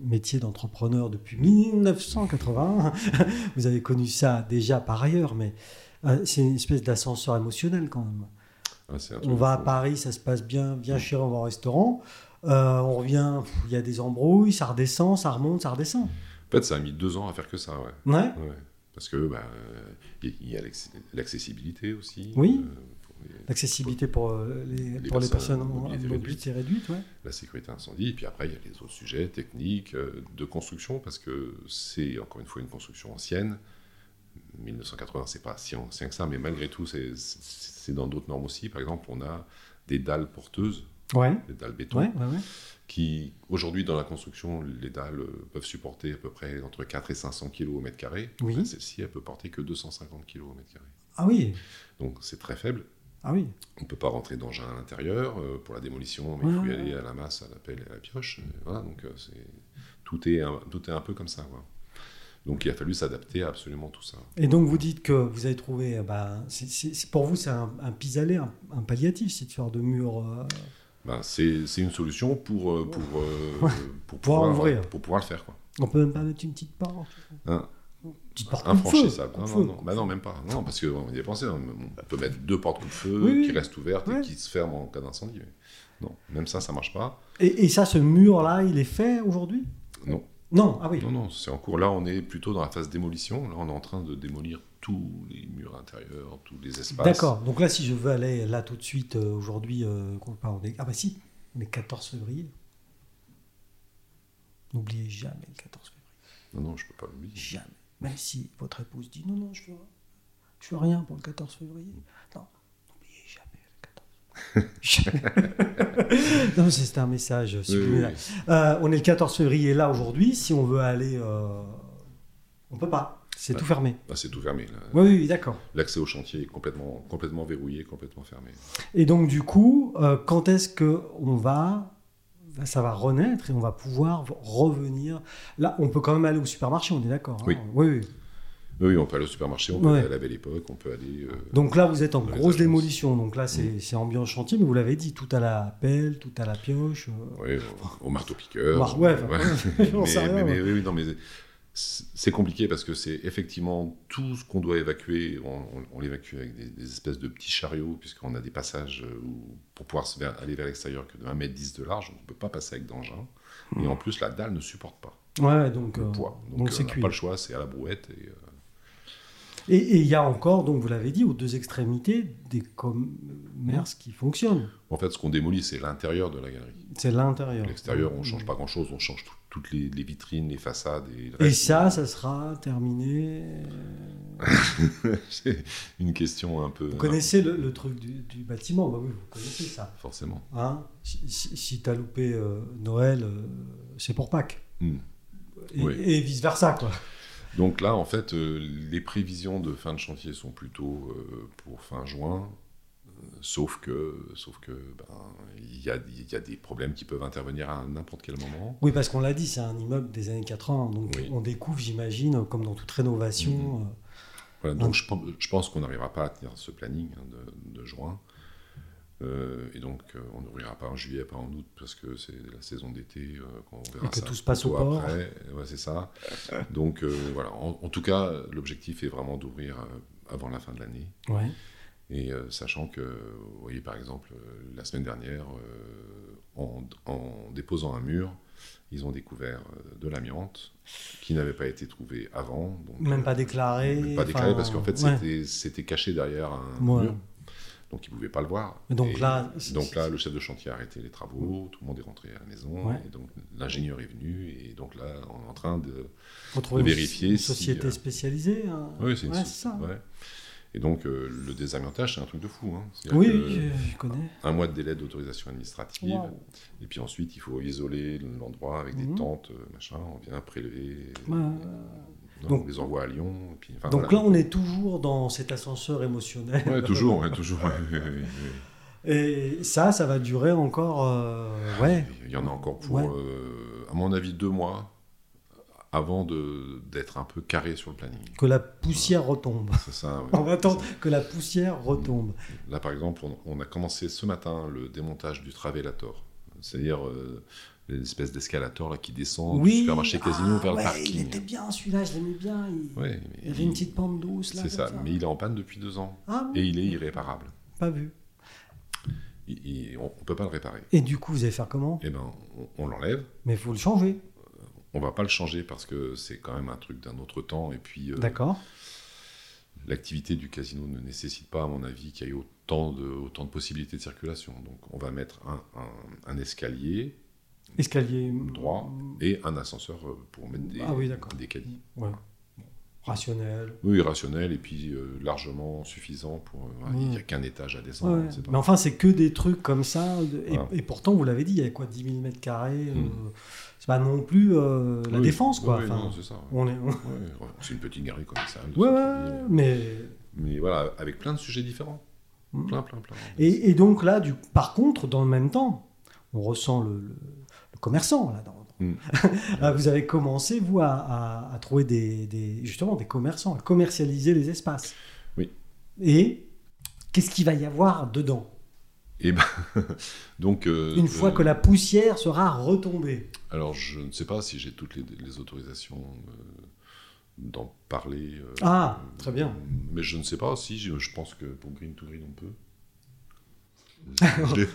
Speaker 1: métier d'entrepreneur depuis 1980, vous avez connu ça déjà par ailleurs, mais euh, c'est une espèce d'ascenseur émotionnel quand même.
Speaker 2: Ah, c'est un truc
Speaker 1: On
Speaker 2: de
Speaker 1: va à
Speaker 2: fou.
Speaker 1: Paris, ça se passe bien, bien chéri, on va au restaurant. Euh, on revient, pff, il y a des embrouilles, ça redescend, ça remonte, ça redescend.
Speaker 2: En fait, ça a mis deux ans à faire que ça,
Speaker 1: Ouais.
Speaker 2: ouais. Ouais. Parce que bah, il y a l'acc- l'accessibilité aussi. euh,
Speaker 1: Oui.
Speaker 2: pour les-
Speaker 1: L'accessibilité pour euh, les,
Speaker 2: Les
Speaker 1: pour les personnes
Speaker 2: personnes
Speaker 1: en
Speaker 2: à mobilité
Speaker 1: en mobilité réduite, ouais.
Speaker 2: la sécurité incendie. Et puis après, il y a les autres sujets techniques, euh, de construction, parce que c'est encore une fois une construction ancienne. 1980, c'est pas si ancien que ça, mais malgré tout, c'est- c'est c'est dans d'autres normes aussi. Par exemple, on a des dalles porteuses,
Speaker 1: Ouais,
Speaker 2: des dalles béton,
Speaker 1: ouais, ouais, ouais.
Speaker 2: qui aujourd'hui, dans la construction, les dalles euh, peuvent supporter à peu près entre 4 et 500 kg au mètre carré.
Speaker 1: Oui.
Speaker 2: Là, Celle-ci, elle peut porter que 250 kg au mètre carré.
Speaker 1: Ah oui,
Speaker 2: Donc c'est très faible.
Speaker 1: ah oui.
Speaker 2: On ne peut pas rentrer d'engin à l'intérieur. euh, pour la démolition, mais il faut y
Speaker 1: Ouais.
Speaker 2: aller à la masse, à la pelle et à la pioche. Et voilà, donc euh, c'est- tout, est un, tout est un peu comme ça. quoi. Donc il a fallu s'adapter à absolument tout ça.
Speaker 1: Et donc vous dites que vous avez trouvé, euh, bah, c'est- c'est- c'est- pour vous c'est un, un pis-aller, un, un palliatif, cette histoire de mur. euh,
Speaker 2: Ben, c'est c'est une solution pour, euh, pour, euh,
Speaker 1: Ouais.
Speaker 2: pour,
Speaker 1: Pouvoir
Speaker 2: pouvoir,
Speaker 1: ouvrir.
Speaker 2: pour pouvoir le faire. Quoi.
Speaker 1: on peut même pas mettre une petite porte.
Speaker 2: Un-
Speaker 1: Une petite porte comme feu.
Speaker 2: Hein Infranchissable.
Speaker 1: coupe
Speaker 2: Non,
Speaker 1: feu.
Speaker 2: non, non. Ben non, même pas. Non, parce qu'on y est pensé. hein. On peut mettre deux portes coup de feu
Speaker 1: Oui,
Speaker 2: qui
Speaker 1: oui.
Speaker 2: restent ouvertes
Speaker 1: Ouais.
Speaker 2: et qui se ferment en cas d'incendie. mais Non, même ça, ça marche pas.
Speaker 1: Et, et ça, ce mur-là, il est fait aujourd'hui
Speaker 2: Non.
Speaker 1: Non, ah oui.
Speaker 2: Non, non, c'est en cours. Là, on est plutôt dans la phase démolition. Là, on est en train de démolir tous les murs intérieurs, tous les espaces.
Speaker 1: D'accord. Donc là, si je veux aller là tout de suite, euh, aujourd'hui, euh, qu'on- pardon, on est- ah bah si, on est 14 février. N'oubliez jamais le 14 février.
Speaker 2: Non, non, je peux pas le dire.
Speaker 1: Jamais. Même si votre épouse dit non, non, je veux, je veux rien pour le 14 février. Non, n'oubliez jamais le 14 février. Jamais. non, c'est c'est un message
Speaker 2: Oui, oui,
Speaker 1: subliminal.
Speaker 2: oui.
Speaker 1: Euh, on est le 14 février là aujourd'hui. Si on veut aller, euh, on peut pas. C'est
Speaker 2: Ouais.
Speaker 1: tout fermé.
Speaker 2: Là, c'est tout fermé. là.
Speaker 1: Oui, oui, oui, d'accord.
Speaker 2: L'accès au chantier est complètement, complètement verrouillé, complètement fermé.
Speaker 1: Et donc du coup, euh, quand est-ce que on va ben, ça va renaître et on va pouvoir v- revenir. Là, on peut quand même aller au supermarché, on est d'accord. hein
Speaker 2: Oui.
Speaker 1: oui, oui.
Speaker 2: Oui, oui, on peut aller au supermarché, on peut
Speaker 1: Ouais.
Speaker 2: aller à la Belle Époque, on peut aller. euh,
Speaker 1: Donc là, vous êtes en
Speaker 2: Dans les
Speaker 1: grosse
Speaker 2: agences.
Speaker 1: démolition. Donc là,
Speaker 2: Mm.
Speaker 1: c'est c'est ambiance chantier, mais vous l'avez dit, tout à la pelle, tout à la pioche. euh,
Speaker 2: ouais, au, au marteau-piqueur.
Speaker 1: Mar- ouais, enfin, j'en
Speaker 2: mais,
Speaker 1: sais rien,
Speaker 2: mais-
Speaker 1: moi.
Speaker 2: mais oui, oui, non, mais c'est c'est compliqué parce que c'est effectivement tout ce qu'on doit évacuer, on, on- on l'évacue avec des, des espèces de petits chariots, puisqu'on a des passages euh, où, pour pouvoir se ver- aller vers l'extérieur que de 1m10 de large, on ne peut pas passer avec d'engin. Et en plus, la dalle ne supporte pas
Speaker 1: Ouais, donc.
Speaker 2: le
Speaker 1: euh,
Speaker 2: poids. Donc,
Speaker 1: Hmm. donc
Speaker 2: euh,
Speaker 1: c'est
Speaker 2: on n'a
Speaker 1: cuit.
Speaker 2: pas le choix, c'est à la brouette. Et, euh,
Speaker 1: Et et il y a encore, donc vous l'avez dit, aux deux extrémités, des commerces qui fonctionnent.
Speaker 2: en fait, ce qu'on démolit, c'est l'intérieur de la galerie.
Speaker 1: C'est l'intérieur.
Speaker 2: L'extérieur, on ne change pas grand-chose, on change tout- toutes les, les vitrines, les façades. Et, le
Speaker 1: Et
Speaker 2: reste.
Speaker 1: ça, ça sera terminé.
Speaker 2: C'est une question un peu.
Speaker 1: Vous connaissez le, le truc du, du bâtiment Bah oui, vous connaissez ça.
Speaker 2: Forcément.
Speaker 1: Hein si tu as loupé euh, Noël, euh, c'est pour Pâques.
Speaker 2: Hmm.
Speaker 1: Et,
Speaker 2: Oui.
Speaker 1: vice versa, quoi.
Speaker 2: Donc là, en fait, euh, les prévisions de fin de chantier sont plutôt euh, pour fin juin, euh, sauf que, sauf que, ben, il y a, il y a des problèmes qui peuvent intervenir à n'importe quel moment.
Speaker 1: Oui, parce qu'on l'a dit, c'est un immeuble des années 80. Donc
Speaker 2: Oui.
Speaker 1: on découvre, j'imagine, comme dans toute rénovation.
Speaker 2: Mhm.
Speaker 1: euh,
Speaker 2: Voilà,
Speaker 1: Ah.
Speaker 2: donc je, pense- je pense qu'on n'arrivera pas à tenir ce planning hein, de, de juin. Euh, et donc, euh, on n'ouvrira pas en juillet, pas en août, parce que c'est la saison d'été euh, qu'on verra
Speaker 1: Et que
Speaker 2: ça
Speaker 1: tout se passe au
Speaker 2: plutôt
Speaker 1: port.
Speaker 2: après. Ouais, c'est ça. Donc, euh, voilà. En, en tout cas, l'objectif est vraiment d'ouvrir euh, avant la fin de l'année.
Speaker 1: ouais.
Speaker 2: Et euh, sachant que, vous voyez, par exemple, euh, la semaine dernière, euh, en, en déposant un mur, ils ont découvert euh, de l'amiante qui n'avait pas été trouvé avant. Donc,
Speaker 1: Même pas
Speaker 2: euh,
Speaker 1: déclaré.
Speaker 2: même pas déclaré
Speaker 1: enfin,
Speaker 2: parce qu'en fait,
Speaker 1: ouais.
Speaker 2: c'était- c'était caché derrière un
Speaker 1: Ouais.
Speaker 2: mur. Donc, ils ne pouvaient pas le voir.
Speaker 1: Mais donc
Speaker 2: Et
Speaker 1: là, c'est-
Speaker 2: donc là, le chef de chantier a arrêté les travaux, tout le monde est rentré à la maison,
Speaker 1: Ouais.
Speaker 2: et donc l'ingénieur est venu, et donc là, on est en train de,
Speaker 1: Faut trouver
Speaker 2: de
Speaker 1: une-
Speaker 2: vérifier
Speaker 1: une
Speaker 2: si,
Speaker 1: société
Speaker 2: euh,
Speaker 1: spécialisée. hein.
Speaker 2: Oui, c'est une
Speaker 1: Ouais,
Speaker 2: source,
Speaker 1: ça.
Speaker 2: ouais. Et donc, euh, le désamiantage, c'est un truc de fou. hein. C'est-à-dire
Speaker 1: Oui,
Speaker 2: que
Speaker 1: oui, je, je connais.
Speaker 2: Un mois de délai d'autorisation administrative.
Speaker 1: Waouh.
Speaker 2: Et puis ensuite, il faut isoler l'endroit avec
Speaker 1: Mhm.
Speaker 2: des tentes, euh, machin. On vient prélever. euh,
Speaker 1: Ouais, ouais, ouais.
Speaker 2: Non,
Speaker 1: Donc-
Speaker 2: on les envoie à Lyon. et puis, enfin,
Speaker 1: Donc là,
Speaker 2: Ah, voilà.
Speaker 1: on est toujours dans cet ascenseur émotionnel.
Speaker 2: Ouais, toujours, ouais, toujours. ouais, ouais, ouais, ouais.
Speaker 1: Et ça, ça va durer encore. euh, ouais.
Speaker 2: Il y en a encore pour,
Speaker 1: Ouais.
Speaker 2: euh, à mon avis, deux mois avant de- d'être un peu carré sur le planning.
Speaker 1: Que la poussière retombe.
Speaker 2: C'est ça. ouais.
Speaker 1: On va attendre que la poussière retombe.
Speaker 2: Là, par exemple, on, on a commencé ce matin le démontage du Travellator, c'est-à-dire euh, l'espèce d'escalator là, qui descend du supermarché Casino
Speaker 1: ah,
Speaker 2: vers
Speaker 1: ouais,
Speaker 2: le parking.
Speaker 1: Il était bien celui-là, je l'aimais bien. Il...
Speaker 2: Ouais,
Speaker 1: il y
Speaker 2: mais
Speaker 1: avait une petite pente douce là.
Speaker 2: C'est
Speaker 1: comme
Speaker 2: ça, mais il est en panne depuis deux ans
Speaker 1: Ah,
Speaker 2: et il est irréparable.
Speaker 1: pas vu.
Speaker 2: Il- il- on ne peut pas le réparer.
Speaker 1: Et du coup, vous allez faire comment
Speaker 2: Eh ben, on, on l'enlève,
Speaker 1: Mais il faut le changer.
Speaker 2: on va pas le changer parce que c'est quand même un truc d'un autre temps. Et puis, euh,
Speaker 1: D'accord.
Speaker 2: l'activité du casino ne nécessite pas, à mon avis, qu'il y ait autant de, autant de possibilités de circulation. Donc, on va mettre un, un- un escalier
Speaker 1: Escalier.
Speaker 2: euh,
Speaker 1: mm,
Speaker 2: droit et un ascenseur euh, pour mettre des,
Speaker 1: Ah oui, d'accord.
Speaker 2: des caddies.
Speaker 1: Ouais. Rationnel.
Speaker 2: Oui, rationnel et puis euh, largement suffisant pour. euh, Il n'y a qu'un étage à descendre.
Speaker 1: Ouais,
Speaker 2: c'est pas-
Speaker 1: Mais enfin, c'est que des trucs comme ça. de- Et,
Speaker 2: Voilà.
Speaker 1: et pourtant, vous l'avez dit, il y a quoi 10 000 mètres carrés euh,
Speaker 2: Mm.
Speaker 1: C'est pas non plus euh, la
Speaker 2: Oui,
Speaker 1: défense, quoi.
Speaker 2: oui, oui,
Speaker 1: enfin,
Speaker 2: non, c'est ça. ouais.
Speaker 1: on est... on-
Speaker 2: Ouais, ouais, c'est une petite galerie comme ça. euh.
Speaker 1: Ouais, ouais, mais...
Speaker 2: Mais voilà, avec plein de sujets différents.
Speaker 1: Mm.
Speaker 2: Plein, plein, plein.
Speaker 1: Et, et donc là, du... par contre, dans le même temps, on ressent le, le- le commerçant, là. Dans...
Speaker 2: Mm.
Speaker 1: Ah, vous avez commencé, vous, à, à- à trouver des, des- justement des commerçants, à commercialiser les espaces.
Speaker 2: Oui.
Speaker 1: Et qu'est-ce qu'il va y avoir dedans
Speaker 2: Donc, euh,
Speaker 1: Une
Speaker 2: euh,
Speaker 1: fois que la poussière sera retombée.
Speaker 2: Alors, je ne sais pas si j'ai toutes les, les autorisations euh, d'en parler. euh,
Speaker 1: Ah, très bien.
Speaker 2: Mais je ne sais pas si, je, je pense que pour Green to Green, on peut. Je l'ai-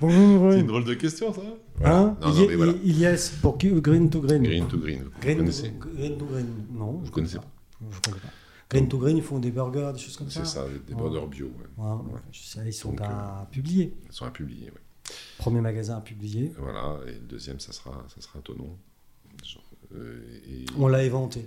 Speaker 2: C'est une drôle de question, ça Voilà.
Speaker 1: Hein il,
Speaker 2: Non, non,
Speaker 1: y-
Speaker 2: mais voilà.
Speaker 1: il y a S pour gu- Green to Green.
Speaker 2: Green to Green, vous
Speaker 1: Green to-
Speaker 2: connaissez
Speaker 1: Green to Green. Non,
Speaker 2: Vous
Speaker 1: je
Speaker 2: connaissez
Speaker 1: connais Je connais pas. Green to Green, ils font des burgers, des choses comme ça.
Speaker 2: C'est ça, des
Speaker 1: Ouais.
Speaker 2: borders bio. ouais.
Speaker 1: Ouais, ouais, je sais, ils sont
Speaker 2: Donc, euh,
Speaker 1: à publier.
Speaker 2: Ils sont à publier, ouais.
Speaker 1: Premier magasin à publier.
Speaker 2: Voilà, et le deuxième, ça sera, ça sera Tonon. Genre, euh, et-
Speaker 1: On l'a éventé.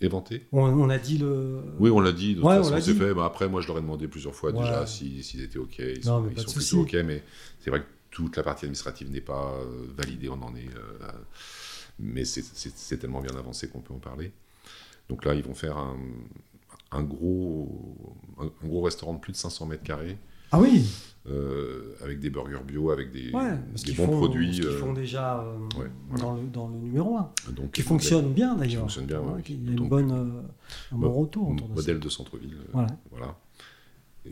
Speaker 2: Éventé
Speaker 1: On, on a dit le.
Speaker 2: Oui, on l'a dit, de toute
Speaker 1: Ouais, on l'a
Speaker 2: façon, c'est
Speaker 1: dit.
Speaker 2: fait. Bah, après, moi, je leur ai demandé plusieurs fois
Speaker 1: Ouais.
Speaker 2: déjà si- s'ils étaient OK. Ils
Speaker 1: Non,
Speaker 2: sont,
Speaker 1: mais
Speaker 2: ils
Speaker 1: pas de
Speaker 2: sont
Speaker 1: souci.
Speaker 2: plutôt OK, mais c'est vrai que toute la partie administrative n'est pas euh, validée, on en est. euh, à- mais c'est- c'est c'est tellement bien avancé qu'on peut en parler. Donc là, ils vont faire un, un gros, un, un gros restaurant de plus de 500 mètres carrés,
Speaker 1: Ah oui
Speaker 2: euh, avec des burgers bio, avec des,
Speaker 1: Ouais,
Speaker 2: des
Speaker 1: ce qu'ils
Speaker 2: bons
Speaker 1: font,
Speaker 2: produits.
Speaker 1: ce qu'ils
Speaker 2: euh,
Speaker 1: font déjà euh,
Speaker 2: ouais, voilà.
Speaker 1: dans, le, dans le numéro 1.
Speaker 2: donc,
Speaker 1: Qui
Speaker 2: modèle-
Speaker 1: fonctionne bien d'ailleurs.
Speaker 2: fonctionne bien, ouais,
Speaker 1: Il y a une
Speaker 2: donc,
Speaker 1: bonne, euh, un bon
Speaker 2: mo-
Speaker 1: retour autour de ça.
Speaker 2: Modèle de centre-ville. euh,
Speaker 1: Voilà.
Speaker 2: voilà.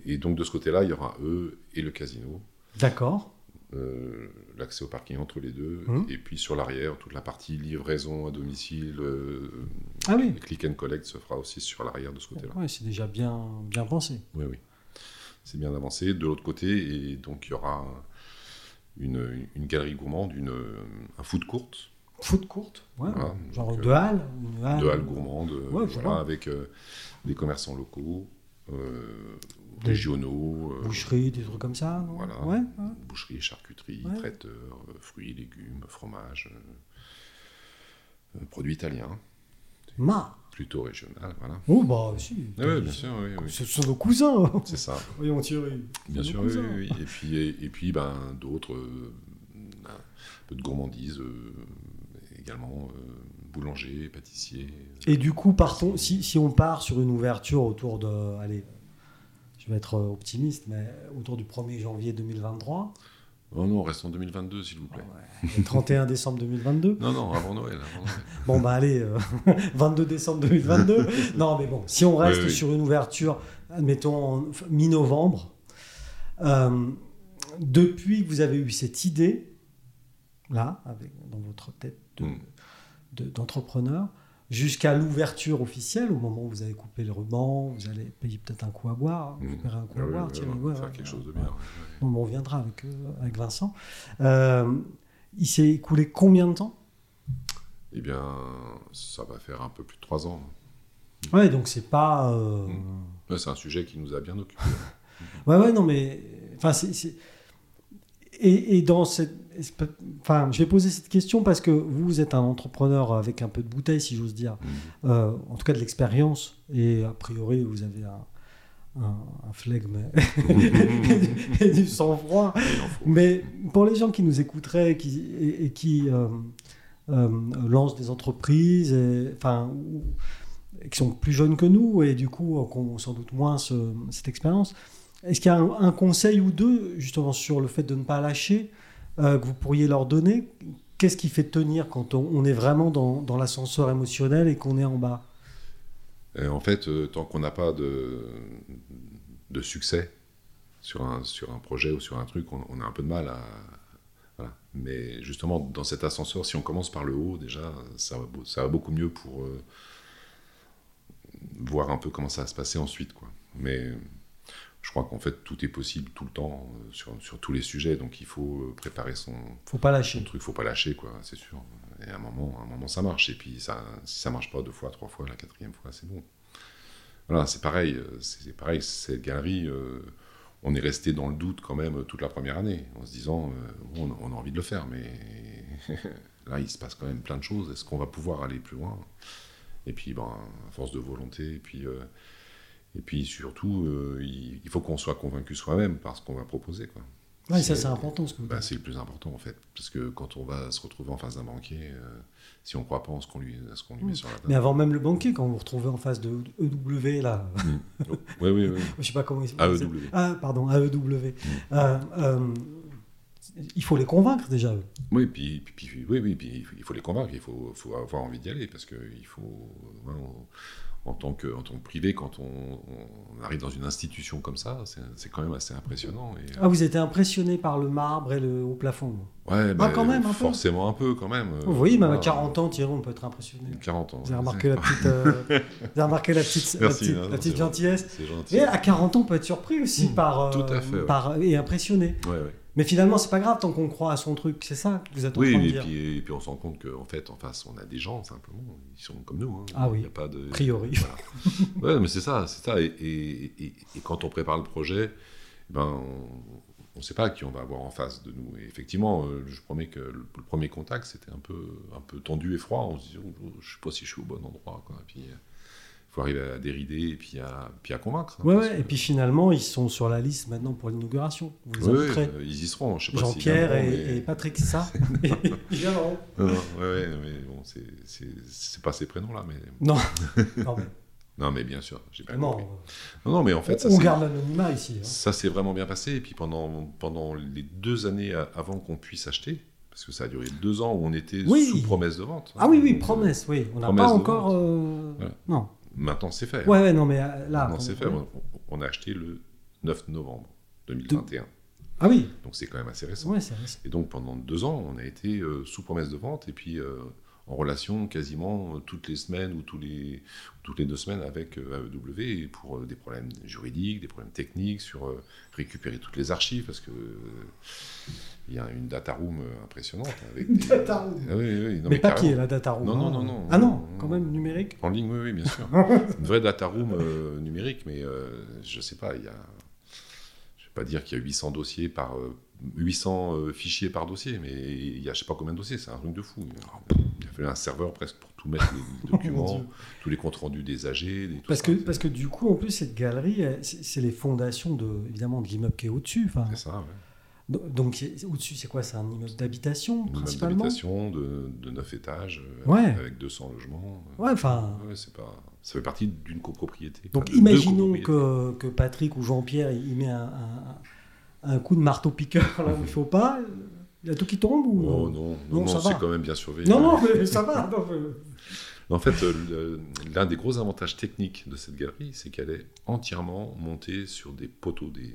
Speaker 2: Et donc, de ce côté-là, il y aura eux et le casino.
Speaker 1: D'accord.
Speaker 2: euh, l'accès au parking entre les deux,
Speaker 1: Mhm.
Speaker 2: et puis sur l'arrière, toute la partie livraison à domicile, euh,
Speaker 1: Ah oui.
Speaker 2: click and collect se fera aussi sur l'arrière de ce côté-là.
Speaker 1: Ouais, c'est déjà bien, bien pensé.
Speaker 2: Oui, oui. C'est bien avancé. De l'autre côté, et donc il y aura une, une galerie gourmande, une, euh, un food court,
Speaker 1: Foot courte, ouais,
Speaker 2: Voilà,
Speaker 1: genre
Speaker 2: Ah, donc, euh,
Speaker 1: deux halles, une halle.
Speaker 2: de halles gourmandes, euh,
Speaker 1: Ah. Ouais, je
Speaker 2: voilà,
Speaker 1: vois.
Speaker 2: avec euh, des commerçants locaux, euh,
Speaker 1: Des-
Speaker 2: régionaux, euh,
Speaker 1: Boucherie, des trucs comme ça. non
Speaker 2: Voilà.
Speaker 1: Ouais, ouais.
Speaker 2: Boucherie, charcuterie,
Speaker 1: Ouais.
Speaker 2: traiteurs, euh, fruits, légumes, fromages, euh, euh, produits italiens,
Speaker 1: Ma.
Speaker 2: plutôt régional, voilà.
Speaker 1: Oh, bah, si.
Speaker 2: Ah ouais, bien sûr, oui, oui.
Speaker 1: Ce sont nos cousins.
Speaker 2: C'est ça,
Speaker 1: Voyons, Thierry. C'est
Speaker 2: bien
Speaker 1: nos
Speaker 2: sûr, oui,
Speaker 1: cousins.
Speaker 2: oui, oui. Et puis, et, et puis ben, d'autres, euh, un peu de gourmandise euh, également, euh, boulanger, pâtissier.
Speaker 1: Et du coup, partons. Si, si on part sur une ouverture autour de. Allez, je vais être euh, optimiste, mais autour du 1er janvier 2023,
Speaker 2: Oh non, reste en 2022, s'il vous plaît.
Speaker 1: Ah le 31 décembre 2022.
Speaker 2: Non, non, avant Noël. Avant Noël.
Speaker 1: Bon, bah, allez, euh, 22 décembre 2022. non, mais bon, si on reste
Speaker 2: Oui, oui.
Speaker 1: sur une ouverture, admettons, en f- mi-novembre, euh, depuis que vous avez eu cette idée, là, avec, dans votre tête de-
Speaker 2: Mm.
Speaker 1: de- d'entrepreneur, jusqu'à l'ouverture officielle, au moment où vous avez coupé le ruban, vous allez payer peut-être un coup à boire,
Speaker 2: Mm.
Speaker 1: vous verrez un coup
Speaker 2: Ah
Speaker 1: à
Speaker 2: oui,
Speaker 1: boire,
Speaker 2: oui,
Speaker 1: tiens,
Speaker 2: on
Speaker 1: mais
Speaker 2: va
Speaker 1: ouais,
Speaker 2: faire
Speaker 1: ouais,
Speaker 2: quelque
Speaker 1: ouais,
Speaker 2: chose de
Speaker 1: ouais.
Speaker 2: bien.
Speaker 1: Non, mais euh, on viendra avec, eux, avec Vincent. Euh, il s'est écoulé combien de temps
Speaker 2: Eh bien, ça va faire un peu plus de trois ans. Mmh.
Speaker 1: Ouais, donc c'est pas. euh,
Speaker 2: Mm. Là, c'est un sujet qui nous a bien occupés.
Speaker 1: Ouais, ouais, non, mais. Enfin, c'est. c'est- Et, et dans cette. Enfin, je vais poser cette question parce que vous, vous êtes un entrepreneur avec un peu de bouteille, si j'ose dire. Euh, en tout cas, de l'expérience. Et a priori, vous avez un, un, un flegme et du- et du sang-froid.
Speaker 2: Il en faut.
Speaker 1: Mais pour les gens qui nous écouteraient qui, et, et qui euh, euh, lancent des entreprises, et, enfin, ou- et qui sont plus jeunes que nous et du coup euh, qui ont sans doute moins ce- cette expérience, est-ce qu'il y a un, un conseil ou deux justement sur le fait de ne pas lâcher euh, que vous pourriez leur donner Qu'est-ce qui fait tenir quand on, on est vraiment dans, dans l'ascenseur émotionnel et qu'on est en bas
Speaker 2: Euh, en fait, euh, tant qu'on n'a pas de, de succès sur un, sur un projet ou sur un truc, on, on a un peu de mal à. Voilà. Mais justement, dans cet ascenseur, si on commence par le haut, déjà, ça va, beau- ça va beaucoup mieux pour euh, voir un peu comment ça va se passer ensuite. Quoi. Mais je crois qu'en fait, tout est possible tout le temps euh, sur, sur tous les sujets. Donc, il faut euh, préparer son,
Speaker 1: Faut pas
Speaker 2: son
Speaker 1: lâcher.
Speaker 2: truc. faut pas lâcher, quoi, c'est sûr. Et à un moment, à un moment ça marche. Et puis, ça, si ça marche pas deux fois, trois fois, la quatrième fois, c'est bon. Voilà, c'est pareil. euh, C'est c'est pareil. Cette galerie, euh, on est resté dans le doute quand même toute la première année, en se disant, euh, bon, on, on a envie de le faire, mais là, il se passe quand même plein de choses. Est-ce qu'on va pouvoir aller plus loin Et puis, ben, à force de volonté, et puis. euh, et puis surtout, euh, il il faut qu'on soit convaincu soi-même par ce qu'on va proposer. Quoi.
Speaker 1: Ouais, ça,
Speaker 2: c'est-
Speaker 1: c'est important ce que vous
Speaker 2: Bah,
Speaker 1: dites.
Speaker 2: c'est le plus important en fait, parce que quand on va se retrouver en face d'un banquier, euh, si on ne croit pas en ce qu'on lui, à ce qu'on lui
Speaker 1: Mm.
Speaker 2: met sur la
Speaker 1: Mais
Speaker 2: table.
Speaker 1: avant même le banquier, quand vous vous retrouvez en face de EW, là,
Speaker 2: Oui, oui, E oui.
Speaker 1: je sais pas comment ils s'appellent.
Speaker 2: AEW.
Speaker 1: Ah, pardon, AEW.
Speaker 2: Mm.
Speaker 1: Euh, euh, il faut les convaincre déjà. eux.
Speaker 2: Oui, puis, puis- puis- oui, oui, puis il faut- il faut les convaincre, il faut, faut avoir envie d'y aller, parce que il faut, voilà, on- en, tant que, en tant que privé, quand on, on arrive dans une institution comme ça, c'est c'est quand même assez impressionnant. Et, euh,
Speaker 1: Ah, vous étiez impressionné par le marbre et le haut plafond.
Speaker 2: ouais,
Speaker 1: Ah,
Speaker 2: bah,
Speaker 1: quand même, un peu.
Speaker 2: forcément un peu quand même. euh,
Speaker 1: Vous voyez, même à
Speaker 2: voilà.
Speaker 1: 40 ans, Thierry, on peut être impressionné.
Speaker 2: 40 ans.
Speaker 1: Vous
Speaker 2: ouais,
Speaker 1: avez remarqué la petite, euh, vous avez remarqué la petite, la
Speaker 2: Merci,
Speaker 1: petite-
Speaker 2: non, non,
Speaker 1: la petite
Speaker 2: c'est vrai.
Speaker 1: gentillesse.
Speaker 2: C'est gentil.
Speaker 1: Et à 40 ans, on peut être surpris aussi
Speaker 2: Mmh,
Speaker 1: par, euh,
Speaker 2: tout à fait, ouais.
Speaker 1: par et impressionné.
Speaker 2: Ouais, ouais.
Speaker 1: Mais finalement, c'est pas grave tant qu'on croit à son truc. C'est ça que vous êtes en
Speaker 2: Oui,
Speaker 1: train de
Speaker 2: et
Speaker 1: dire.
Speaker 2: puis, et puis on se rend compte qu'en fait, en face, on a des gens, simplement. Ils sont comme nous. hein.
Speaker 1: Ah oui.
Speaker 2: Il y a pas de.
Speaker 1: A priori.
Speaker 2: Voilà. Ouais, mais c'est ça, c'est ça. Et, et- et- et quand on prépare le projet, ben, on ne sait pas qui on va avoir en face de nous. Et effectivement, euh, je promets que le, le premier contact, c'était un peu, un peu tendu et froid. On se disait, Oh, je ne sais pas si je suis au bon endroit. Quoi. Et puis, il faut arriver à dérider et puis à, puis à convaincre. hein,
Speaker 1: Ouais,
Speaker 2: parce
Speaker 1: ouais.
Speaker 2: que-
Speaker 1: Et puis finalement, ils sont sur la liste maintenant pour l'inauguration. Vous les
Speaker 2: Ouais,
Speaker 1: inviterez.
Speaker 2: ouais, euh, ils y seront. Je sais pas s'ils
Speaker 1: Jean-Pierre et,
Speaker 2: viendront, mais-
Speaker 1: et Patrick, c'est ça Ils viendront.
Speaker 2: Non, non, ouais, ouais, mais bon, c'est- c'est c'est pas ces prénoms-là, mais.
Speaker 1: Non, mais
Speaker 2: Non, mais bien sûr, j'ai pas
Speaker 1: vraiment,
Speaker 2: compris. Non, non, mais en fait, ça
Speaker 1: on
Speaker 2: s'est-
Speaker 1: garde l'anonymat ici. hein.
Speaker 2: ça s'est vraiment bien passé. Et puis pendant, pendant les deux années a- avant qu'on puisse acheter, parce que ça a duré deux ans où on était
Speaker 1: Oui.
Speaker 2: sous promesse de vente. hein.
Speaker 1: Ah oui, oui,
Speaker 2: Donc, euh,
Speaker 1: promesse, oui. On n'a
Speaker 2: promesse
Speaker 1: pas
Speaker 2: de
Speaker 1: encore.
Speaker 2: vente.
Speaker 1: euh,
Speaker 2: Voilà.
Speaker 1: Non.
Speaker 2: Maintenant, c'est fait.
Speaker 1: Ouais, ouais, non, mais euh, là.
Speaker 2: maintenant,
Speaker 1: on-
Speaker 2: c'est fait. On, on a acheté le 9 novembre 2021.
Speaker 1: Ah oui,
Speaker 2: Donc c'est quand même assez récent.
Speaker 1: ouais, c'est vrai.
Speaker 2: Et donc pendant deux ans, on a été euh, sous promesse de vente et puis euh, en relation quasiment euh, toutes les semaines ou tous les, toutes les deux semaines avec euh, AEW et pour euh, des problèmes juridiques, des problèmes techniques, sur euh, récupérer toutes les archives parce que euh, il y a une data room euh, impressionnante. Avec
Speaker 1: Une
Speaker 2: des-
Speaker 1: data room.
Speaker 2: Ah oui, oui, oui, non,
Speaker 1: mais papier,
Speaker 2: carrément.
Speaker 1: la data room.
Speaker 2: Non,
Speaker 1: hein.
Speaker 2: non, non, non.
Speaker 1: Ah non,
Speaker 2: Non,
Speaker 1: quand
Speaker 2: non.
Speaker 1: même numérique.
Speaker 2: En ligne, oui, oui, bien sûr. une vraie data room euh, numérique, mais euh, je sais pas, il y a. Je vais pas dire qu'il y a 800 dossiers par. euh, 800 euh, fichiers par dossier, mais il y a je sais pas combien de dossiers, c'est un truc de fou. Il a fallu un serveur presque pour tout mettre, les
Speaker 1: Ah, Oh mon
Speaker 2: documents,
Speaker 1: Dieu.
Speaker 2: tous les comptes rendus des AG, des, tout
Speaker 1: Parce
Speaker 2: ça,
Speaker 1: que,
Speaker 2: c'est-
Speaker 1: parce que du coup, en plus, cette galerie, elle, c'est c'est les fondations de, évidemment de l'immeuble qui est au-dessus. enfin.
Speaker 2: C'est ça, ouais.
Speaker 1: Oh, Do- Donc, c'est- au-dessus, c'est quoi C'est un immeuble d'habitation,
Speaker 2: Une même
Speaker 1: principalement
Speaker 2: habitation de, de 9 étages, euh,
Speaker 1: Ouais.
Speaker 2: avec 200 logements. euh,
Speaker 1: Ouais, enfin.
Speaker 2: ouais, c'est pas... Ça fait partie d'une copropriété.
Speaker 1: Donc,
Speaker 2: Enfin, de deux
Speaker 1: imaginons
Speaker 2: copropriétés.
Speaker 1: que, que Patrick ou Jean-Pierre, il il met un, un- un coup de marteau-piqueur là où il faut pas. Il y a tout qui tombe ou...
Speaker 2: Oh non, non,
Speaker 1: Non,
Speaker 2: non,
Speaker 1: ça va.
Speaker 2: c'est quand même bien surveillé.
Speaker 1: non, non, mais ça va. non, mais-
Speaker 2: En fait, euh, le- l'un des gros avantages techniques de cette galerie, c'est qu'elle est entièrement montée sur des poteaux, des,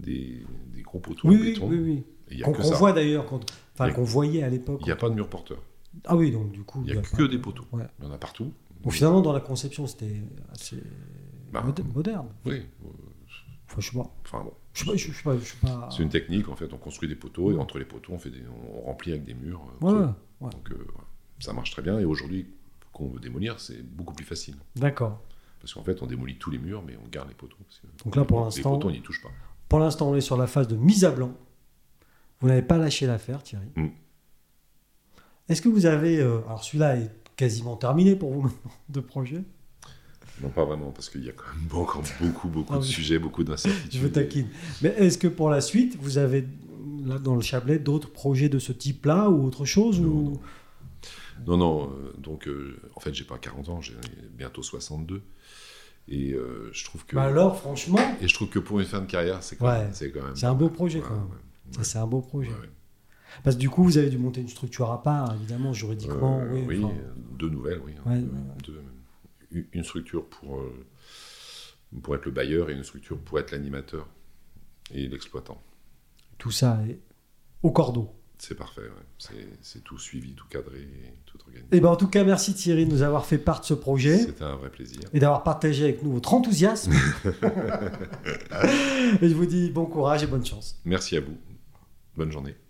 Speaker 2: des, des gros poteaux
Speaker 1: Oui,
Speaker 2: en
Speaker 1: oui,
Speaker 2: béton.
Speaker 1: oui, oui.
Speaker 2: Et Il n'y a
Speaker 1: Qu'on
Speaker 2: que
Speaker 1: qu'on
Speaker 2: ça.
Speaker 1: voit d'ailleurs, quand- enfin
Speaker 2: Il y a-
Speaker 1: qu'on voyait à l'époque.
Speaker 2: Il n'y a pas de mur porteur.
Speaker 1: Ah oui, donc du coup.
Speaker 2: Il n'y a
Speaker 1: bah,
Speaker 2: que des poteaux.
Speaker 1: ouais.
Speaker 2: Il y en a partout.
Speaker 1: Bon, finalement, dans la conception, c'était assez
Speaker 2: Bah,
Speaker 1: mode- moderne.
Speaker 2: oui. euh,
Speaker 1: Enfin, je sais pas.
Speaker 2: Enfin bon,
Speaker 1: Je sais pas. Je sais pas. Je sais pas.
Speaker 2: c'est une technique en fait. On construit des poteaux et entre les poteaux, on fait des, on remplit avec des murs. euh,
Speaker 1: Ouais,
Speaker 2: creux.
Speaker 1: ouais.
Speaker 2: Donc euh, voilà. ça marche très bien. Et aujourd'hui, qu'on veut démolir, c'est beaucoup plus facile
Speaker 1: D'accord.
Speaker 2: parce qu'en fait, on démolit tous les murs, mais on garde les poteaux. Parce que
Speaker 1: Donc là, pour
Speaker 2: les-
Speaker 1: l'instant-
Speaker 2: les poteaux, on n'y touche pas.
Speaker 1: Pour l'instant, on est sur la phase de mise à blanc. Vous n'avez pas lâché l'affaire, Thierry.
Speaker 2: Mm.
Speaker 1: Est-ce que vous avez. euh, alors, celui-là est quasiment terminé pour vous maintenant, de projet.
Speaker 2: Non, pas vraiment, parce qu'il y a quand même encore beaucoup, beaucoup
Speaker 1: Ah
Speaker 2: de
Speaker 1: oui.
Speaker 2: sujets, beaucoup d'incertitudes.
Speaker 1: Je vous taquine. Mais est-ce que pour la suite, vous avez, là, dans le Chablais, d'autres projets de ce type-là ou autre chose
Speaker 2: Non,
Speaker 1: ou...
Speaker 2: non. Non, non, euh, donc euh, en fait, j'ai pas 40 ans, j'ai bientôt 62. Et euh, je trouve que.
Speaker 1: Bah alors, franchement,
Speaker 2: Et je trouve que pour une fin de carrière, c'est quand,
Speaker 1: Ouais.
Speaker 2: même- c'est quand même.
Speaker 1: c'est un beau projet,
Speaker 2: Ouais,
Speaker 1: quand même.
Speaker 2: ouais,
Speaker 1: Ça, C'est un beau projet.
Speaker 2: ouais, ouais.
Speaker 1: Parce que du coup, vous avez dû monter une structure à part, évidemment, juridiquement.
Speaker 2: Euh,
Speaker 1: oui,
Speaker 2: oui,
Speaker 1: enfin,
Speaker 2: euh, deux nouvelles, oui. hein,
Speaker 1: Ouais,
Speaker 2: deux-
Speaker 1: ouais,
Speaker 2: deux- u- une structure pour, euh, pour être le bailleur et une structure pour être l'animateur et l'exploitant.
Speaker 1: tout ça est au cordeau.
Speaker 2: C'est parfait, ouais. c'est, c'est tout suivi, tout cadré, et tout organisé.
Speaker 1: Et ben, en tout cas, merci Thierry de nous avoir fait part de ce projet.
Speaker 2: C'était un vrai plaisir.
Speaker 1: et d'avoir partagé avec nous votre enthousiasme. et je vous dis bon courage et bonne chance.
Speaker 2: Merci à vous. Bonne journée.